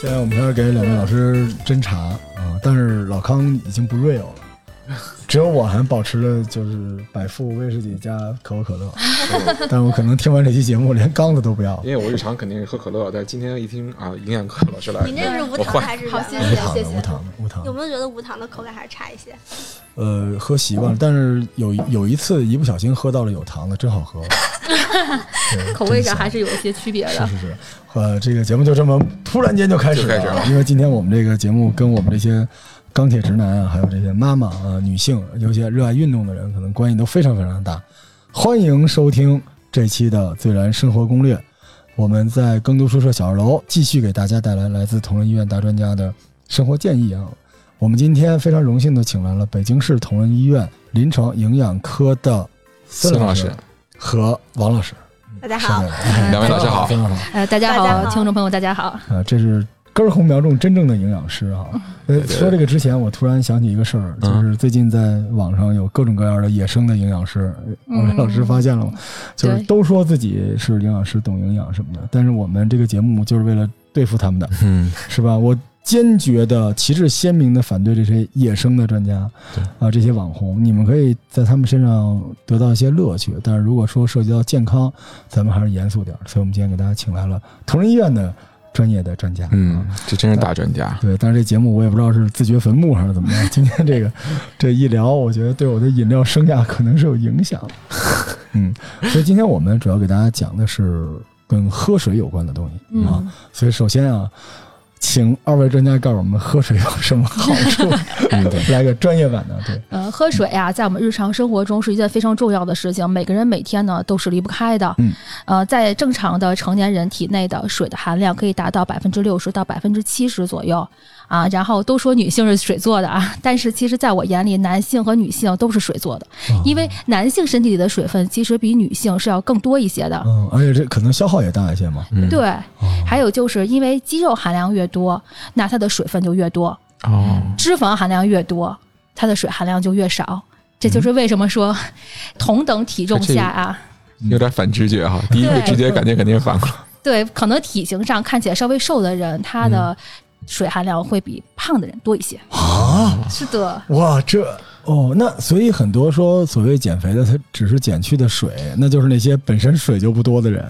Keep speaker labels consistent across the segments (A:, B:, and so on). A: 现在我们要给两位老师侦查啊、但是老康已经不 real 了， 只有我还保持着就是百富威士忌加可口可乐， 但我可能听完这期节目连缸子都不要了
B: 因。为我日常肯定是喝可乐，但是今天一听啊，营养课老师来
C: 你那
B: 了，
C: 是无
B: 我
C: 糖
B: 换
C: 还是
D: 好
C: 原
D: 谢
C: 味
A: 无糖
D: 谢
A: 的，
D: 谢
A: 无糖的，无糖
C: 有
A: 的。
C: 没有觉得无糖的口感还是差一些？
A: 呃，喝习惯了，但是有有一次一不小心喝到了有糖的，真好喝。对
D: 口味
A: 真
D: 上
A: 香
D: 还是有一些区别
A: 是
D: 的。
A: 是是，呃，这个节目就这么突然间就开始
B: 就
A: 了，
B: 开始了
A: 因为今天我们这个节目跟我们这些钢铁直男啊，还有这些妈妈啊、女性，尤其热爱运动的人，可能关系都非常非常大。欢迎收听这期的《最燃生活攻略》，我们在更多书社小二楼继续给大家带来来自同仁医院大专家的生活建议啊。我们今天非常荣幸的请来了北京市同仁医院临床营养科的
B: 孙
A: 老
B: 老师，
A: 和王老师，
C: 大家
A: 是
C: 好
A: 的，哎
B: 两位老 师好
A: 非常好。
D: 呃，大家
C: 大家
D: 好，
C: 好
D: 听众朋友，大家好。
A: 啊，这是根红苗种真正的营养师哈、
D: 嗯
A: 啊。呃，说这个之前，我突然想起一个事儿，就
B: 嗯
A: 是最近在网上有各种各样的野生的营养师，我们
D: 嗯
A: 老师发现了吗？就是
D: 对
A: 都说自己是营养师，懂营养什么的，但是我们这个节目就是为了对付他们的，
B: 嗯，
A: 是吧？我坚决的、旗帜鲜明的反对这些野生的专家，
B: 对
A: 啊，这些网红，你们可以在他们身上得到一些乐趣，但是如果说涉及到健康，咱们还是严肃点儿。所以我们今天给大家请来了同仁医院的专业的专家，
B: 嗯
A: 啊，
B: 这真是大专家，
A: 对，但是这节目我也不知道是自掘坟墓还是怎么样。今天这个这一聊，我觉得对我的饮料生涯可能是有影 响。嗯，所以今天我们主要给大家讲的是跟喝水有关的东西、啊。
D: 嗯，
A: 所以首先啊，请二位专家告诉我们喝水有什么好 处，来个专业版的。对，
D: 呃，喝水呀、在我们日常生活中是一件非常重要的事情，每个人每天呢都是离不开的。
A: 嗯，
D: 呃，在正常的成年人体内的水的含量可以达到百分之六十到百分之七十左右啊。然后都说女性是水做的啊，但是其实在我眼里，男性和女性都是水做的，
A: 啊
D: 因为男性身体里的水分其实比女性是要更多一些的。
A: 嗯，而且这可能消耗也大一些嘛。
B: 嗯，
D: 对，
A: 哦
D: 还有就是因为肌肉含量越多，那它的水分就越多；
B: 哦，
D: 脂肪含量越多，它的水含量就越少。这
A: 嗯
D: 就是为什么说、 同等体重下啊，
B: 有点反直觉哈，第一个
D: 对
B: 直觉感觉肯定是反过来，
D: 对，可能体型上看起来稍微瘦的人，他
A: 嗯
D: 的水含量会比胖的人多一些。
A: 啊，
D: 是的，
A: 哇，这 哦，那所以很多说所谓减肥的，他只是减去的水，那就是那些本身水就不多的人，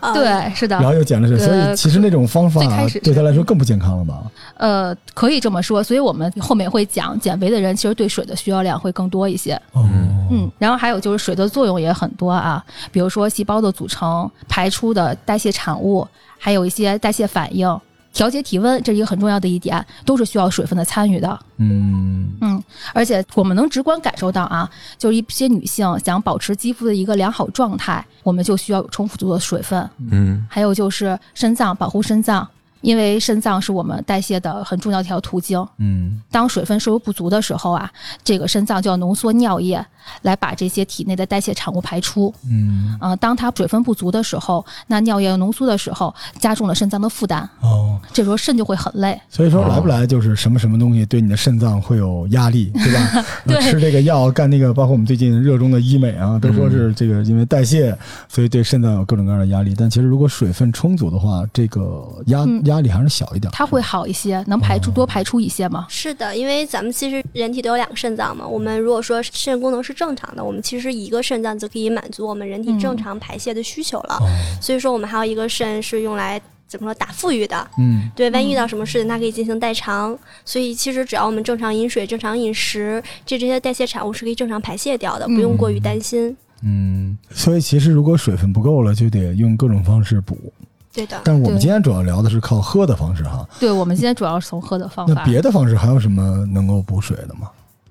C: 呃，
D: 啊对，是
A: 然
D: 的，
A: 后又减了水，
D: 呃
A: 所以其实那种方法
D: 最开始
A: 对他来说更不健康了吧？
D: 呃，可以这么说。所以我们后面会讲，减肥的人其实对水的需要量会更多一些。
A: 哦，
D: 嗯，然后还有就是水的作用也很多啊，比如说细胞的组成、排出的代谢产物，还有一些代谢反应、调节体温，这是一个很重要的一点，都是需要水分的参与的。
A: 嗯，
D: 而且我们能直观感受到啊，就是一些女性想保持肌肤的一个良好状态，我们就需要有充足的水分。
B: 嗯
D: 还有就是肾脏，保护肾脏，因为肾脏是我们代谢的很重要的一条途径。
A: 嗯，
D: 当水分摄入不足的时候啊，这个肾脏就要浓缩尿液来把这些体内的代谢产物排出。
A: 嗯，
D: 啊、当它水分不足的时候，那尿液浓缩的时候，加重了肾脏的负担，
A: 哦，
D: 这时候肾就会很累。
A: 所以说来不来就是什么什么东西对你的肾脏会有压 力，对吧？呃
D: 对
A: 吃这个药，干那个，包括我们最近热衷的医美啊，都说是这个因为代
D: 嗯
A: 谢，所以对肾脏有各种各样的压力。但其实如果水分充足的话，这个压
D: 嗯
A: 压力还是小一点。
D: 它会好一些，能排出
A: 哦
D: 多排出一些嘛？
C: 是的，因为咱们其实人体都有两个肾脏嘛。我们如果说肾功能是正常的，我们其实一个肾脏就可以满足我们人体
D: 嗯
C: 正常排泄的需求了。
A: 哦，
C: 所以说，我们还有一个肾是用来怎么说打富裕的。
A: 嗯，
C: 对，万一遇到什么事情，它可以进行代偿。所以其实只要我们正常饮水、正常饮食，这这些代谢产物是可以正常排泄掉的，不用过于担心。
A: 嗯，所以其实如果水分不够了，就得用各种方式补。
C: 对的，
A: 但是我们
D: 对
A: 今天主要聊的是靠喝的方式哈，
D: 对，我们今天主要是从喝的方
A: 那
D: 法。
A: 别的方式还有什么能够补水的吗？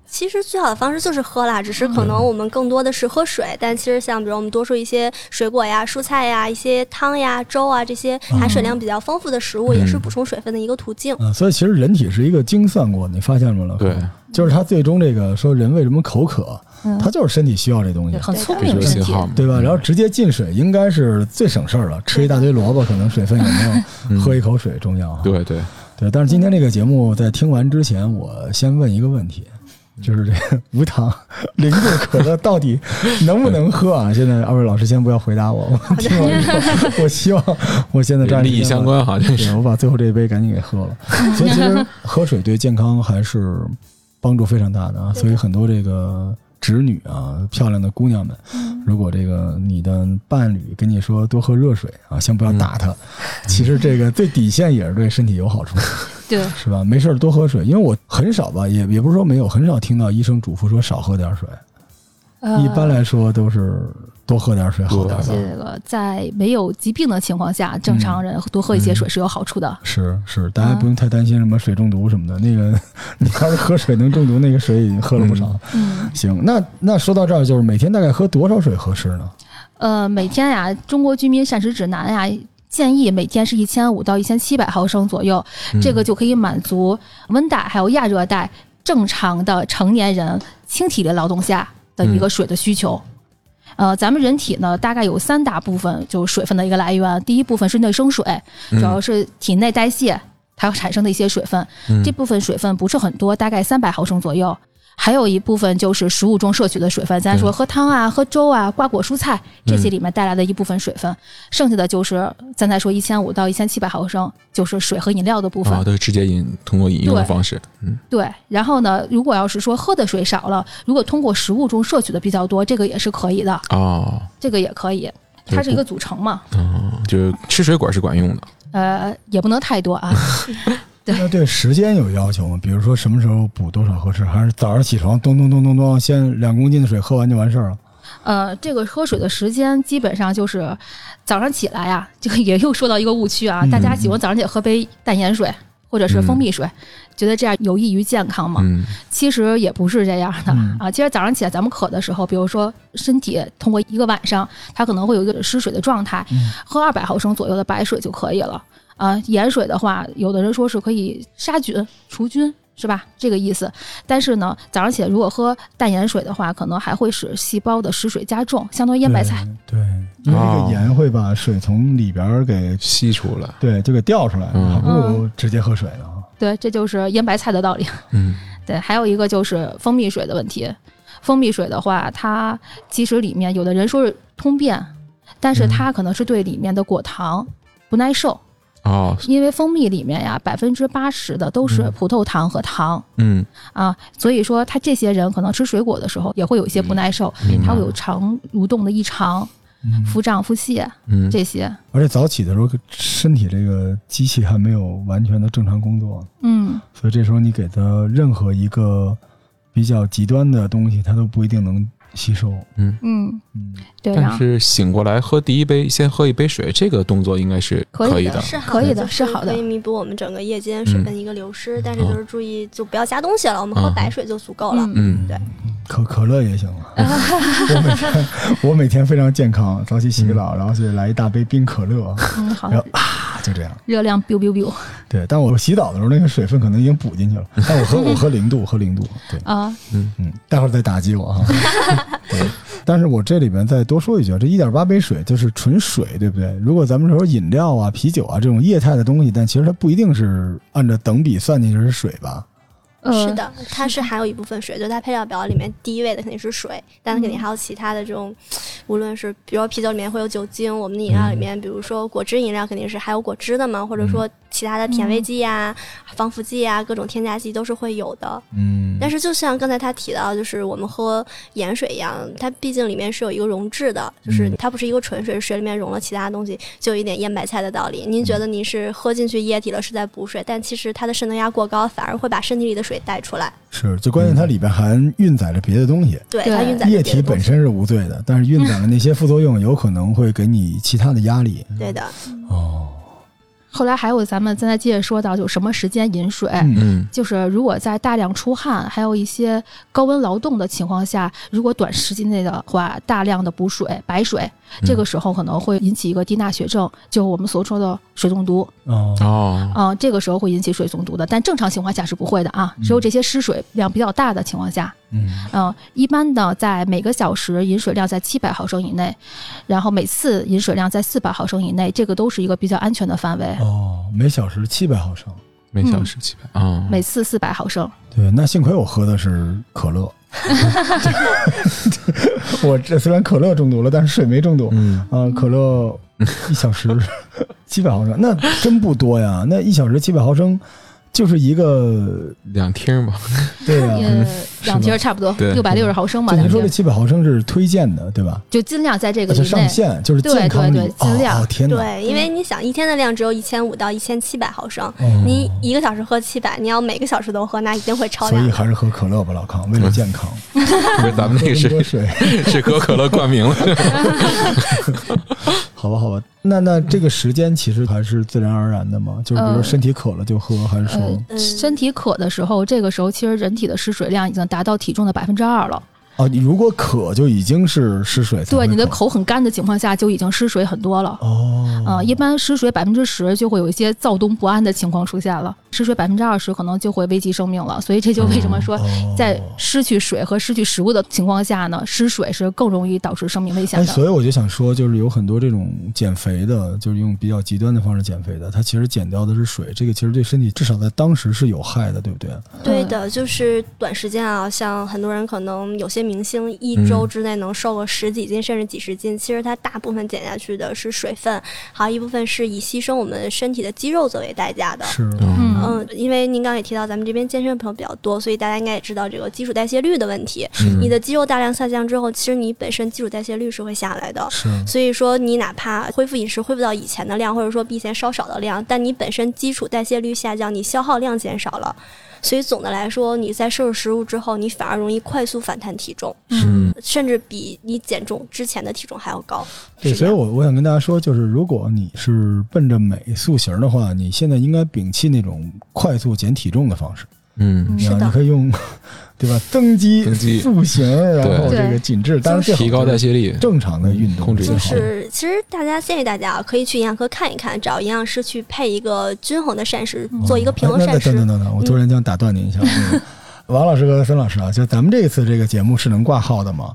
C: 其实最好的方式就是喝啦，只是可
D: 嗯
C: 能我们更多的是喝水，但其实像比如我们多说一些水果呀、蔬菜呀、一些汤呀、粥啊这些
D: 嗯
C: 含水量比较丰富的食物，也是补充水分的一个途径。
A: 嗯、所以其实人体是一个精算过，你发现没了？
B: 对，
A: 就是它最终这个说人为什么口渴，
D: 嗯
A: 它就是身体需要这东西
D: 对，。很聪
B: 这
D: 明
B: 就是
D: 身
B: 信
D: 体。
B: 号嘛，
A: 对吧？然后直接进水应该是最省事儿了，吃一大堆萝卜可能水分也没有喝一口水重要啊。
B: 嗯对对，
A: 对，但是今天这个节目在听完之前，我先问一个问题，就是这个无糖零度可乐到底能不能喝啊？现在二位老师先不要回答我，我听完以后，我希望我现在抓紧
B: 利益
A: 时间
B: 相
A: 把
B: 关哈，这
A: 对，
B: 是
A: 我把最后这一杯赶紧给喝了。所以其实喝水对健康还是帮助非常大的啊。所以很多这个侄女啊，漂亮的姑娘们，如果这个你的伴侣跟你说多喝热水啊，先不要打他。其实这个对底线也是对身体有好处，
D: 对，
A: 是吧？没事儿多喝水，因为我很少吧，也也不是说没有，很少听到医生嘱咐说少喝点水。
D: 呃
A: 一般来说都是多喝点水好点吧。
D: 这个在没有疾病的情况下，正
A: 嗯
D: 常人多喝一些水是有好处的。
A: 是是，大家不
D: 啊
A: 用太担心什么水中毒什么的。那个， 你要是喝水能中毒，那个水已经喝了不少。
D: 嗯，
A: 行，那那说到这儿，就是每天大概喝多少水合适呢？
D: 呃，每天呀，中国居民膳食指南呀。建议每天是一千五到一千七百毫升左右，这个就可以满足温带还有亚热带正常的成年人轻体力劳动下的一个水的需求。呃，咱们人体呢大概有三大部分，就是水分的一个来源。第一部分是内生水，主要是体内代谢它产生的一些水分，这部分水分不是很多，大概三百毫升左右。还有一部分就是食物中摄取的水分，咱说喝汤啊、喝粥啊、瓜果蔬菜这些里面带来的一部分水分，剩下的就是咱再说一千五到一千七百毫升，就是水和饮料的部 分。
B: 啊，都是直接饮通过饮用的方式，嗯
D: 对，然后呢，如果要是说喝的水少了，如果通过食物中摄取的比较多，这个也是可以的，
B: 哦，
D: 这个也可以，它是一个组成嘛，
B: 嗯就是吃水果是管用的，
D: 呃，也不能太多啊。对
A: 那对时间有要求吗？比如说什么时候补多少合适？还是早上起床咚咚咚咚咚，先两公斤的水喝完就完事儿了？
D: 呃，这个喝水的时间基本上就是早上起来啊，这个也又说到一个误区啊，大家喜欢早上起来喝杯淡盐水或者是蜂蜜水，觉得这样有益于健康嘛？
B: 嗯
D: 其实也不是这样的、
A: 嗯
D: 啊。其实早上起来咱们渴的时候，比如说身体通过一个晚上，它可能会有一个失水的状态，
A: 嗯
D: 喝二百毫升左右的白水就可以了。啊，盐水的话，有的人说是可以杀菌除菌，是吧？这个意思。但是呢，早上起来如果喝淡盐水的话，可能还会使细胞的失水加重，相当于腌白菜。
A: 对，因为这
B: 哦
A: 个盐会把水从里边儿给
B: 吸出了，
A: 对就给调出来，
B: 嗯
A: 还不如直接喝水呢。
D: 对，这就是腌白菜的道理。
B: 嗯
D: 对，还有一个就是蜂蜜水的问题。蜂蜜水的话，它其实里面有的人说是通便，但
B: 嗯
D: 是它可能是对里面的果糖不耐受，
B: 哦，
D: 因为蜂蜜里面呀百分之八十的都是
B: 嗯
D: 葡萄糖和糖。
B: 嗯，
D: 啊，所以说他这些人可能吃水果的时候也会有一些不耐受，
B: 嗯明白
D: 他会有肠蠕动的异常、
A: 嗯
D: 腹胀、腹泻
B: 嗯
D: 这些。
A: 而且早起的时候，身体这个机器还没有完全的正常工作，
D: 嗯，
A: 所以这时候你给它任何一个比较极端的东西，它都不一定能吸收。
D: 嗯，
A: 嗯，
D: 对，然
B: 但
D: 后
B: 是醒过来喝第一杯，先喝一杯水，这个动作应该是
D: 可
B: 以
D: 以的
B: 的。
C: 是好
D: 可以的
C: 就是
D: 好的嗯
C: 可以弥补我们整个夜间水分一个流失，但是就是注意就不要加东西了，我们
B: 嗯
C: 喝白水就足够了。
B: 嗯，
D: 嗯，
C: 对
A: 可可乐也行啊。我每天 我每天非常健康，早起洗个澡，然后就来一大杯冰可乐，
D: 嗯，好
A: 然，后啊就这样。
D: 热量 biu biu biu
A: 对，但我洗澡的时候那个水分可能已经补进去了，但我喝我喝零度，喝零度。对，
D: 啊，
A: 嗯，待会儿再打击我哈。对，但是我这里边再多说一句，啊，这一点八杯水就是纯水，对不对？如果咱们说饮料啊、啤酒啊这种液态的东西，但其实它不一定是按照等比算进去是水吧？
D: 呃
C: 是，的，它嗯是含有一部分水，就它配料表里面第一位的肯定是水，但它肯定还有其他的这种，无论是比如说啤酒里面会有酒精，我们的饮料里面，比如说果汁饮料肯定是含有果汁的嘛，或者说其他的甜味剂呀、防腐剂呀、各种添加剂都是会有的。
A: 嗯
C: 但是就像刚才他提到，就是我们喝盐水一样，它毕竟里面是有一个溶质的，就是
A: 嗯
C: 它不是一个纯水，水里面溶了其他东西，就有一点腌白菜的道理。
A: 嗯
C: 您觉得您是喝进去液体了是在补水，但其实它的渗透压过高，反而会把身体里的水带出来。
A: 是，最关键它里边含运载着别的东西。
C: 对，
D: 对
C: 它运载
A: 液
C: 着别
A: 体
C: 的
A: 本
C: 东西
A: 身是无罪的，但是运载的那些副作用有可能会给你其他的压力。
C: 对的，
A: 哦，
D: 后来还有咱们再接着说到，就什么时间饮水。
A: 嗯
B: 嗯
D: 就是如果在大量出汗，还有一些高温劳动的情况下，如果短时间内的话，大量的补水、白水，这个时候可能会引起一个低钠血症，就我们所说的水中毒。
A: 哦，
B: 哦，
D: 嗯，这个时候会引起水中毒的，但正常情况下是不会的啊，只有这些失水量比较大的情况下，
A: 嗯，
D: 嗯，一般的在每个小时饮水量在七百毫升以内，然后每次
A: 嗯
D: 饮水量在四百毫升以内，这个都是一个比较安全的范围。
A: 哦，每小时七百毫升，
B: 每小时七百啊，
D: 每次四百毫升。
A: 对，那幸亏我喝的是可乐。 我这虽然可乐中毒了，但是水没中毒。
B: 嗯，
A: 啊、可乐一小 时七百毫升，那真不多呀。那一小时七百毫升就是一个，
B: 两听吧，
A: 对呀、
D: 呃，两瓶儿差不多
B: 对
D: 六百六十毫升吧，
A: 就
D: 两
A: 您说
D: 瓶
A: 这
D: 儿
A: 七百毫升是推荐的，对吧？
D: 就尽量在这个
A: 那
D: 以
A: 是上
D: 内。
A: 限，就是健康里
D: 对对对尽量
A: 哦。天哪！
C: 对，因为你想一天的量只有一千五到一千七百毫升，
A: 哦
C: 你一个小时喝七百，你要每个小时都喝，那一定会超
A: 所以
C: 量。
A: 还是喝可乐吧，老康，为了健康。
B: 不 是咱们这
A: 多喝
B: 是
A: 水，
B: 是可口可乐冠名了，
A: 好吧，好吧。那那这个时间其实还是自然而然的嘛，就是比如说
D: 嗯呃
A: 身体渴了就喝，还是说
D: 呃，身体渴的时候，这个时候其实人体的失水量已经达到体重的百分之二了。
A: 啊，你如果渴就已经是失水才会
D: 对，
A: 渴，
D: 你的口很干的情况下，就已经失水很多了。
A: 哦，
D: 呃，一般失水百分之十就会有一些躁动不安的情况出现了，失水百分之二十可能就会危及生命了。所以这就为什么说，
A: 哦
D: 在失去水和失去食物的情况下呢，失水是更容易导致生命危险
A: 哎，
D: 的。
A: 所以我就想说，就是有很多这种减肥的，就是用比较极端的方式减肥的，它其实减掉的是水，这个其实对身体至少在当时是有害的，对不对？
D: 啊
C: 对的，就是短时间啊，像很多人可能有些明星
A: 嗯
C: 一周之内能瘦个十几斤甚至几十斤，其实它大部分减下去的是水分，还有一部分是以牺牲我们身体的肌肉作为代价的。
A: 是，
B: 嗯
D: 嗯
C: 嗯，因为您刚刚也提到咱们这边健身的朋友比较多，所以大家应该也知道这个基础代谢率的问题。你的肌肉大量下降之后，其实你本身基础代谢率是会下来的。
A: 是，
C: 所以说，你哪怕恢复饮食恢复到以前的量，或者说比以前稍少的量，但你本身基础代谢率下降，你消耗量减少了，所以总的来说，你在摄入食物之后，你反而容易快速反弹体重，
B: 嗯
C: 甚至比你减重之前的体重还要高。
A: 对，
C: 是这
A: 所以
C: 样
A: 我我想跟大家说，就是如果你是奔着美塑形的话，你现在应该摒弃那种快速减体重的方式，
B: 嗯，
A: 你
C: 是
A: 看，你
C: 的，
A: 可以用，对吧？增肌
B: 增、肌
A: 塑形，然后
D: 对
A: 这个紧致，当然最好
B: 提高代谢力，
A: 正常的运动
B: 控制一下
A: 最
C: 就
A: 好
C: 是其实大家建议大家啊，可以去营养科看一看，找营养师去配一个均衡的膳食，做一个平衡
A: 哎那
C: 膳食。
A: 等等等等，我突然想打断 您一下。那个王老师和孙老师啊，就咱们这一次这个节目是能挂号的吗？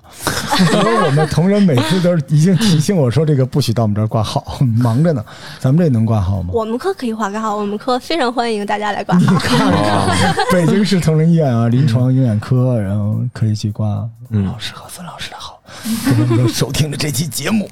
A: 因为我们同仁每次都是已经提醒我说这个不许到我们这儿挂号，忙着呢。咱们这能挂号吗？
C: 我们科可以挂个号，我们科非常欢迎大家来挂
A: 嗯
C: 号。
B: 啊，
A: 北京市同仁医院啊，临床营养科，然后可以去挂。
B: 嗯
A: 老师和孙老师好，我们都收听着这期节目，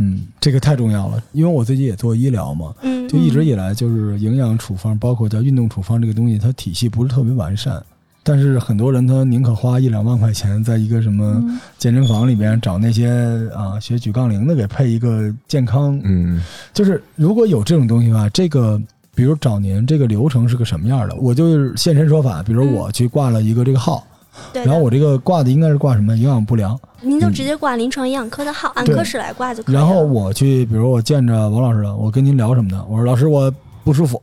A: 嗯，这个太重要了，因为我自己也做医疗嘛，
C: 嗯，
A: 就一直以来就是营养处方，包括叫运动处方这个东西，它体系不是特别完善。但是很多人他宁可花一两万块钱，在一个什么
D: 嗯
A: 健身房里边找那些啊学举杠铃的给配一个健康，
B: 嗯
A: 就是如果有这种东西的话，这个比如找您这个流程是个什么样的？我就是现身说法，比如我去挂了一个这个号，
C: 嗯对的啊
A: 然后我这个挂的应该是挂什么营养不良，
C: 您就直接挂临床营养科的号，按
A: 对
C: 科室来挂就可以了。
A: 然后我去，比如我见着王老师了，我跟您聊什么呢？我说老师我不舒 服，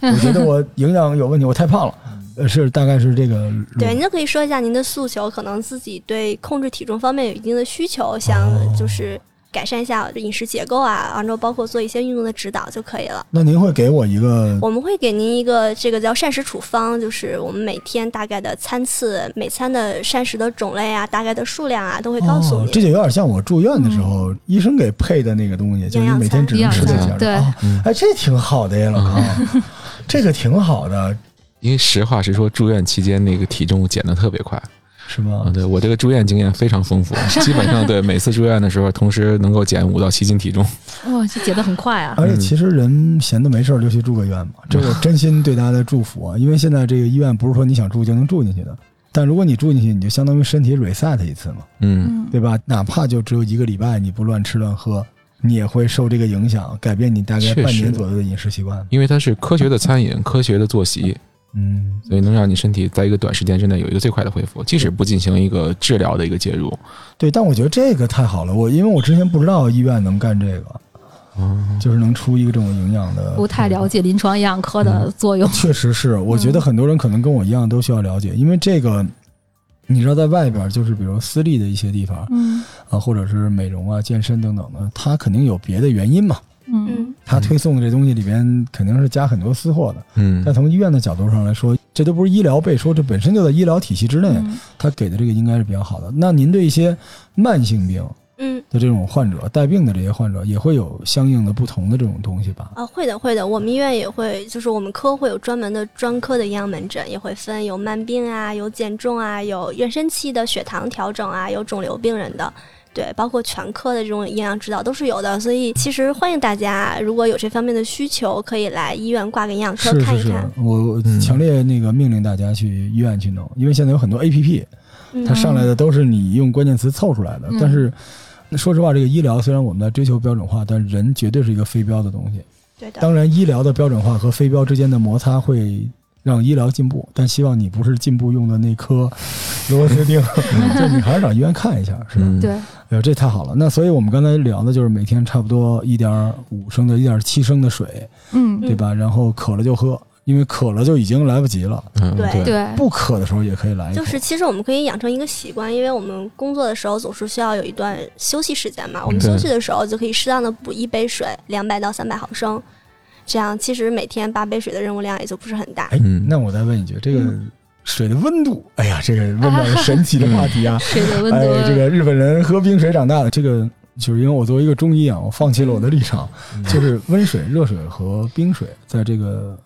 A: 我觉得我营养有问题，我太胖了，呃，是大概是这个路。
C: 嗯对，您就可以说一下您的诉求，可能自己对控制体重方面有一定的需求，想
A: 哦
C: 就是改善一下饮食结构啊，然后包括做一些运动的指导就可以了。
A: 那您会给我一个
C: 我们会给您一个这个叫膳食处方，就是我们每天大概的餐次、每餐的膳食的种类啊、大概的数量啊，都会告诉
A: 哦
C: 您。
A: 这就有点像我住院的时候、医生给配的那个东西，就是你每天只能吃这
B: 营养
A: 些。
B: 餐
D: 对
A: 哦
B: 嗯
A: 哎，这挺好的呀，老康， 这个挺好的，
B: 因为实话实说，住院期间那个体重减的特别快。
A: 是吧？
B: 啊，对我这个住院经验非常丰 富，基本上对每次住院的时候，同时能够减五到七斤体重。
D: 哇，这减得很快啊！
A: 而
B: 嗯
A: 且其实人闲的没事儿就去住个院嘛，这我真心对大家的祝福啊！因为现在这个医院不是说你想住就能住进去的，但如果你住进去，你就相当于身体 reset 一次嘛，
B: 嗯，
D: 嗯，
A: 对吧？哪怕就只有一个礼拜你不乱吃乱喝，你也会受这个影响，改变你大概
B: 确
A: 半
B: 实
A: 年左右的饮食习惯。
B: 因为它是科学的餐饮、科学的作息，
A: 嗯，
B: 所以能让你身体在一个短时间之内有一个最快的恢复，即使不进行一个治疗的一个介入。
A: 对，但我觉得这个太好了，我因为我之前不知道医院能干这个，就是能出一个这种营养的，
D: 不太了嗯解临床营养
A: 嗯
D: 科的作 用。
A: 确实是，我觉得很多人可能跟我一样都需要了解，因为这个，你知道，在外边儿就是比如私立的一些地方
D: 嗯
A: 啊，或者是美容啊、健身等等的，它肯定有别的原因嘛。
D: 嗯
C: 嗯，
A: 它推送的这东西里边肯定是加很多私货的。
B: 嗯
A: 但从医院的角度上来说，这都不是医疗被说，这本身就在医疗体系之内，
D: 嗯
A: 它给的这个应该是比较好的。那您对一些慢性病，
C: 嗯。
A: 的这种患者，带病的这些患者也会有相应的不同的这种东西吧？
C: 啊，会的，会的。我们医院也会，就是我们科会有专门的专科的营养门诊，也会分有慢病啊，有减重啊，有妊娠期的血糖调整啊，有肿瘤病人的，对，包括全科的这种营养指导都是有的。所以其实欢迎大家，如果有这方面的需求，可以来医院挂个营养科
A: 是
C: 看
A: 是
C: 一
A: 是
C: 看。，
A: 我我
B: 嗯
A: 强烈那个命令大家去医院去弄，因为现在有很多 A P P，
C: 嗯
A: 它上来的都是你用关键词凑出来的
D: 嗯。
A: 但是说实话，这个医疗虽然我们在追求标准化，但人绝对是一个非标的东西。
C: 对的，
A: 当然，医疗的标准化和非标之间的摩擦会让医疗进步，但希望你不是进步用的那颗螺丝钉，就你还是找医院看一下，是吧？
B: 嗯，
D: 对，
A: 哎呦，这太好了。那所以我们刚才聊的就是每天差不多一点五升的、一点七升的水，
D: 嗯，
A: 对吧？然后渴了就喝，因为渴了就已经来不及了，
B: 嗯，
C: 对
B: 对，
D: 对，
A: 不渴的时候也可以来一口。
C: 就是其实我们可以养成一个习惯，因为我们工作的时候总是需要有一段休息时间嘛。
A: 嗯
C: 我们
B: 对
C: 休息的时候就可以适当的补一杯水，两百到三百毫升，这样其实每天八杯水的任务量也就不是很大。
A: 哎
B: 嗯，
A: 那我再问一句，这个
D: 嗯
A: 水的温度，哎呀，这个问到了神奇的话题啊！
D: 水的 温
A: 哎，
D: 度，
A: 这个日本人喝冰水长大的，这个就是因为我作为一个中医啊，我放弃了我的立场， 就是温水、热水和冰水在这个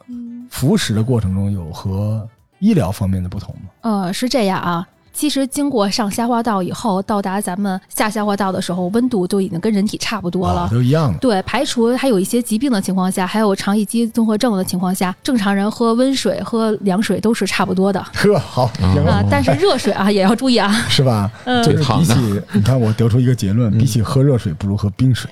A: 服食的过程中有和医疗方面的不同吗？
D: 呃，是这样啊。其实经过上下花道以后，到达咱们下下花道的时候，温度就已经跟人体差不多了。
A: 啊都一样的。
D: 对，排除还有一些疾病的情况下，还有肠易激综合症的情况下，正常人喝温水、喝凉水都是差不多的啊、
A: 呵，好，
B: 嗯
A: 行了，
D: 但是热水啊也要注意啊。
A: 是吧？
D: 嗯
A: 就是
B: 最好
A: 比
B: 呢
A: 起，你看我得出一个结论，
B: 嗯
A: 比起喝热水，不如喝冰水。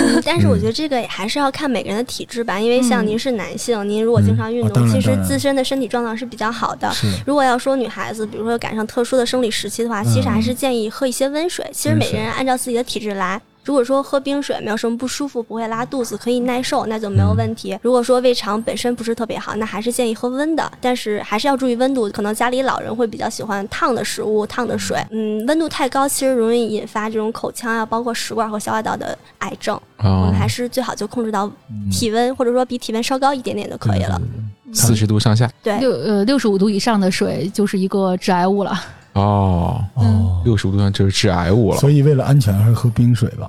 C: 嗯但是我觉得这个也还是要看每个人的体质吧，因为像
D: 嗯
C: 您是男性，您如果经常运
A: 啊当然
C: 动，其实
A: 当然
C: 自身的身体状况是比较好的。
A: 是，
C: 如果要说女孩子，比如说赶上特殊的生理时期的话，其实
A: 嗯
C: 还是建议喝一些温水。其实
A: 温
C: 每
A: 水
C: 个人按照自己的体质来。如果说喝冰水没有什么不舒服，不会拉肚子，可以耐受，那就没有问题。如果说胃肠本身不是特别好，那还是建议喝温的，但是还是要注意温度。可能家里老人会比较喜欢烫的食物、烫的水，嗯，温度太高其实容易引发这种口腔啊，包括食管和小管道的癌症。我
B: 啊
C: 们，还是最好就控制到
A: 嗯
C: 体温，或者说比体温稍高一点点就可以了。。
B: 四十度上下
C: 对，
D: 六呃六十五度以上的水就是一个致癌物了。
B: 哦，
C: 嗯
A: 哦，
B: 六十度上就是致癌物了。
A: 所以为了安全，还是喝冰水 吧，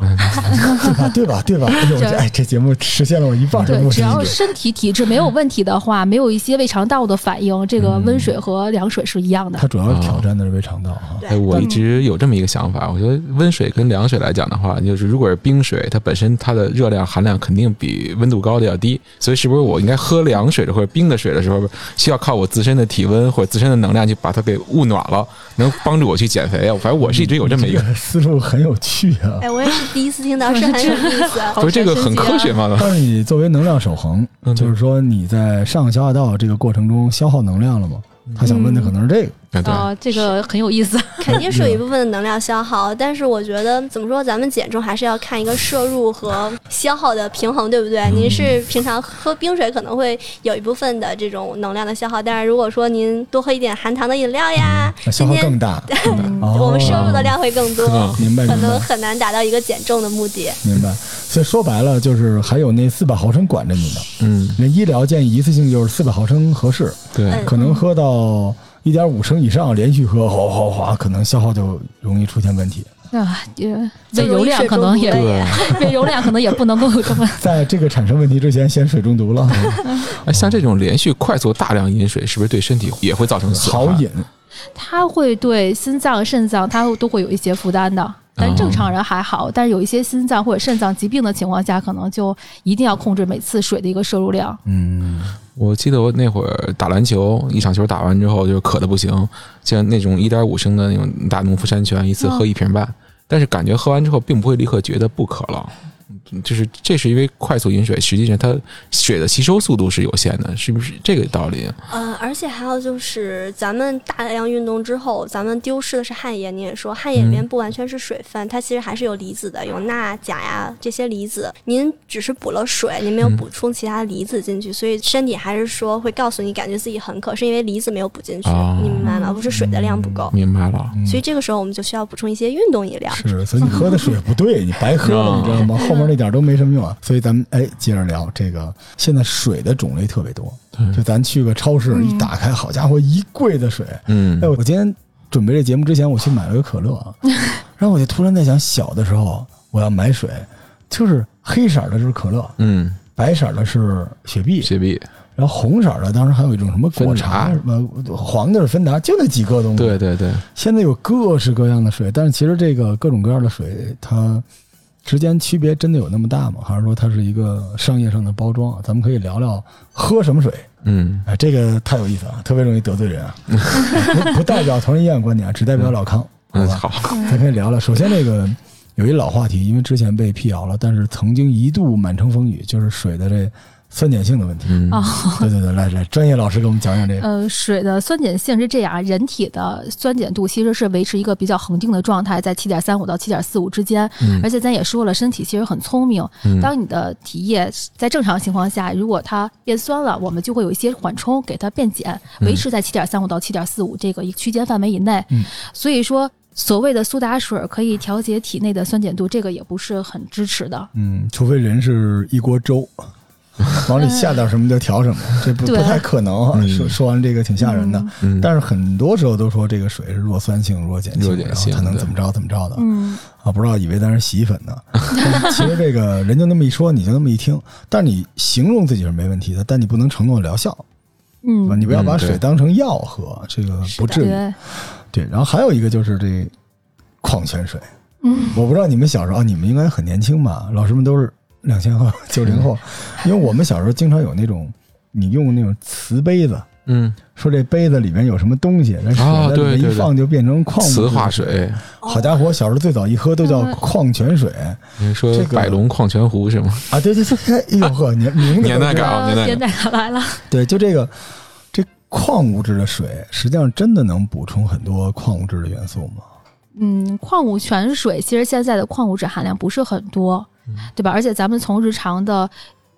A: 对吧？对吧？对吧？哎呦，这
D: 对
A: 哎，这节目实现了我一
B: 啊
A: 半的
D: 对，
A: 目
D: 只
A: 的。
D: 要身体体质没有问题的话，没有一些胃肠道的反应，这
B: 嗯
D: 个温水和凉水是一样的
A: 它。主要挑战的是胃肠道啊。
C: 对
B: 哎，我一直有这么一个想法，我觉得温水跟凉水来讲的话，就是如果是冰水，它本身它的热量含量肯定比温度高的要低，所以是不是我应该喝凉水的或者冰的水的时候，需要靠我自身的体温或者自身的能量去把它给捂暖了，能帮助我去减肥啊？反正我是一直有这么一个，
A: 个 思路很有趣啊。
C: 哎，我也是第一次听到，是很有意思。啊
B: 不是这个很科学吗？
A: 但是你作为能量守恒，
B: 嗯对
A: 就是说你在上消化道这个过程中消耗能量了吗？
B: 嗯
A: 他想问的可能是这
C: 嗯
A: 个。
B: 啊，对，
D: 啊，这个很有意思。
C: 肯定是有一部分的能量消耗， 但是我觉得怎么说，咱们减重还是要看一个摄入和消耗的平衡，对不
A: 嗯
C: 对？您是平常喝冰水可能会有一部分的这种能量的消耗，但是如果说您多喝一点含糖的饮料呀，
A: 嗯那消
C: 今
A: 耗
C: 天
A: 更大。 哦
C: 我们摄入的量会更多，
B: 嗯
A: 明白
C: 可
A: 明
C: 能
A: 白
C: 很难达到一个减重的目的。
A: 明白。所以说白了就是还有那四百毫升管着你呢。
B: 嗯，
A: 那医疗建议一次性就是四百毫升合适，
B: 对
C: 嗯，
A: 可能喝到一点五升以上连续喝，哗哗哗，可能消耗就容易出现问题。
D: 啊，也
C: 就容易
D: 胃容量
C: 水
D: 可
C: 中
D: 能
C: 毒
D: 也
C: 了
B: 对。
D: 胃容量可能也不能够有这么。
A: 在这个产生问题之前，先水中 毒了，
B: 哎，像这种连续快速大量饮水，是不是对身体也会造成损
A: 好
B: 害？
A: 饮。
D: 它会对心脏、肾脏，它都会有一些负担
B: 哦
D: 的。但正常人还好，但是有一些心脏或者肾脏疾病的情况下，可能就一定要控制每次水的一个摄入量。
A: 嗯，
B: 我记得我那会儿打篮球，一场球打完之后就渴的不行，像那种一点五升的那种大农夫山泉，一次
A: 嗯
B: 喝一瓶半，但是感觉喝完之后并不会立刻觉得不渴了，嗯就是这是因为快速饮水，实际上它水的吸收速度是有限的，是不是这个道理？
C: 呃，而且还有就是，咱们大量运动之后，咱们丢失的是汗液。你也说，汗液里面不完全是水分，它其实还是有离子的，有钠、钾呀这些离子。您只是补了水，您没有
B: 嗯
C: 补充其他离子进去，所以身体还是说会告诉你，感觉自己很渴，是因为离子没有补进去，
B: 哦
C: 你明白吗？不是水的量不够，
B: 明白了，
A: 嗯
C: 所以这个时候我们就需要补充一些运动饮料。
A: 是，所以你喝的啊水不对，你白喝了，你知道 吗？后面那点儿都没什么用啊。所以咱们哎，接着聊这个，现在水的种类特别多，就咱去个超市一打开，好家伙，一柜子水。
B: 嗯
A: 哎，，我今天准备这节目之前，我去买了个可乐啊，然后我就突然在想，小的时候我要买水，就是黑色的就是可乐，
B: 嗯，
A: 白色的是雪碧，
B: 雪碧，
A: 然后红色的当时还有一种什么果茶，
B: 芬
A: 什么黄的是芬达，就那几个东西。
B: 对对对，
A: 现在有各式各样的水，但是其实这个各种各样的水，它之间区别真的有那么大吗？还是说它是一个商业上的包装？啊咱们可以聊聊喝什么水。
B: 嗯，
A: 哎，这个太有意思了，特别容易得罪人啊！不 不代表同仁医院观点，啊只代表老康，好
B: 嗯，
A: 吧？
B: 好，
A: 咱可以聊聊。首先，这个有一老话题，因为之前被辟谣了，但是曾经一度满城风雨，就是水的这酸碱性的问题。
B: 嗯，
D: 哦，
A: 对对对，来来，专业老师给我们讲讲这个。
D: 呃，水的酸碱性是这样啊，人体的酸碱度其实是维持一个比较恒定的状态，在七点三五到七点四五之间。
B: 嗯
D: 而且咱也说了，身体其实很聪明，
B: 嗯
D: 当你的体液在正常情况下，如果它变酸了，我们就会有一些缓冲给它变碱，维持在七点三五到七点四五这个一个区间范围以内。
A: 嗯
D: 所以说，所谓的苏打水可以调节体内的酸碱度，这个也不是很支持的。
A: 嗯，除非人是一锅粥，往里下点什么就调什么，这不
D: 对
A: 不太可能啊。
B: 嗯
A: 说说完这个挺吓人的，
B: 嗯，
A: 但是很多时候都说这个水是弱酸性、弱碱性，
B: 弱碱
A: 然后
B: 性
A: 它能
B: 对
A: 怎么着怎么着的
D: 嗯，
A: 啊？不知道以为咱是洗衣粉呢。 但其实这个人就那么一说，你就那么一听，但你形容自己是没问题的，但你不能承诺疗效，对吧？
D: 嗯，
A: 你不要把
B: 嗯对
A: 水当成药喝，这个啊不至于。
D: 对，
A: 对，然后还有一个就是这矿泉水，
D: 嗯，
A: 我不知道你们小时候，啊你们应该很年轻吧？老师们都是两千后、九零 后，因为我们小时候经常有那种，你用那种瓷杯子，
B: 嗯，
A: 说这杯子里面有什么东西，那水
B: 啊
A: 在
B: 对
A: 里面
B: 对
A: 一
B: 对
A: 放就变成矿物质
B: 磁化。水，
A: 好家伙，小时候最早一喝都叫
D: 嗯
A: 矿泉水
B: 你说
A: 这个
B: 百龙矿泉湖是吗？
A: 啊！对对对，哎呦呵，年名字
B: 年
A: 都
B: 代
A: 知道
B: 感啊年代感
D: 现在来了，
A: 对，就这个这矿物质的水，实际上真的能补充很多矿物质的元素吗？
D: 嗯，矿物泉水其实现在的矿物质含量不是很多，对吧？而且咱们从日常的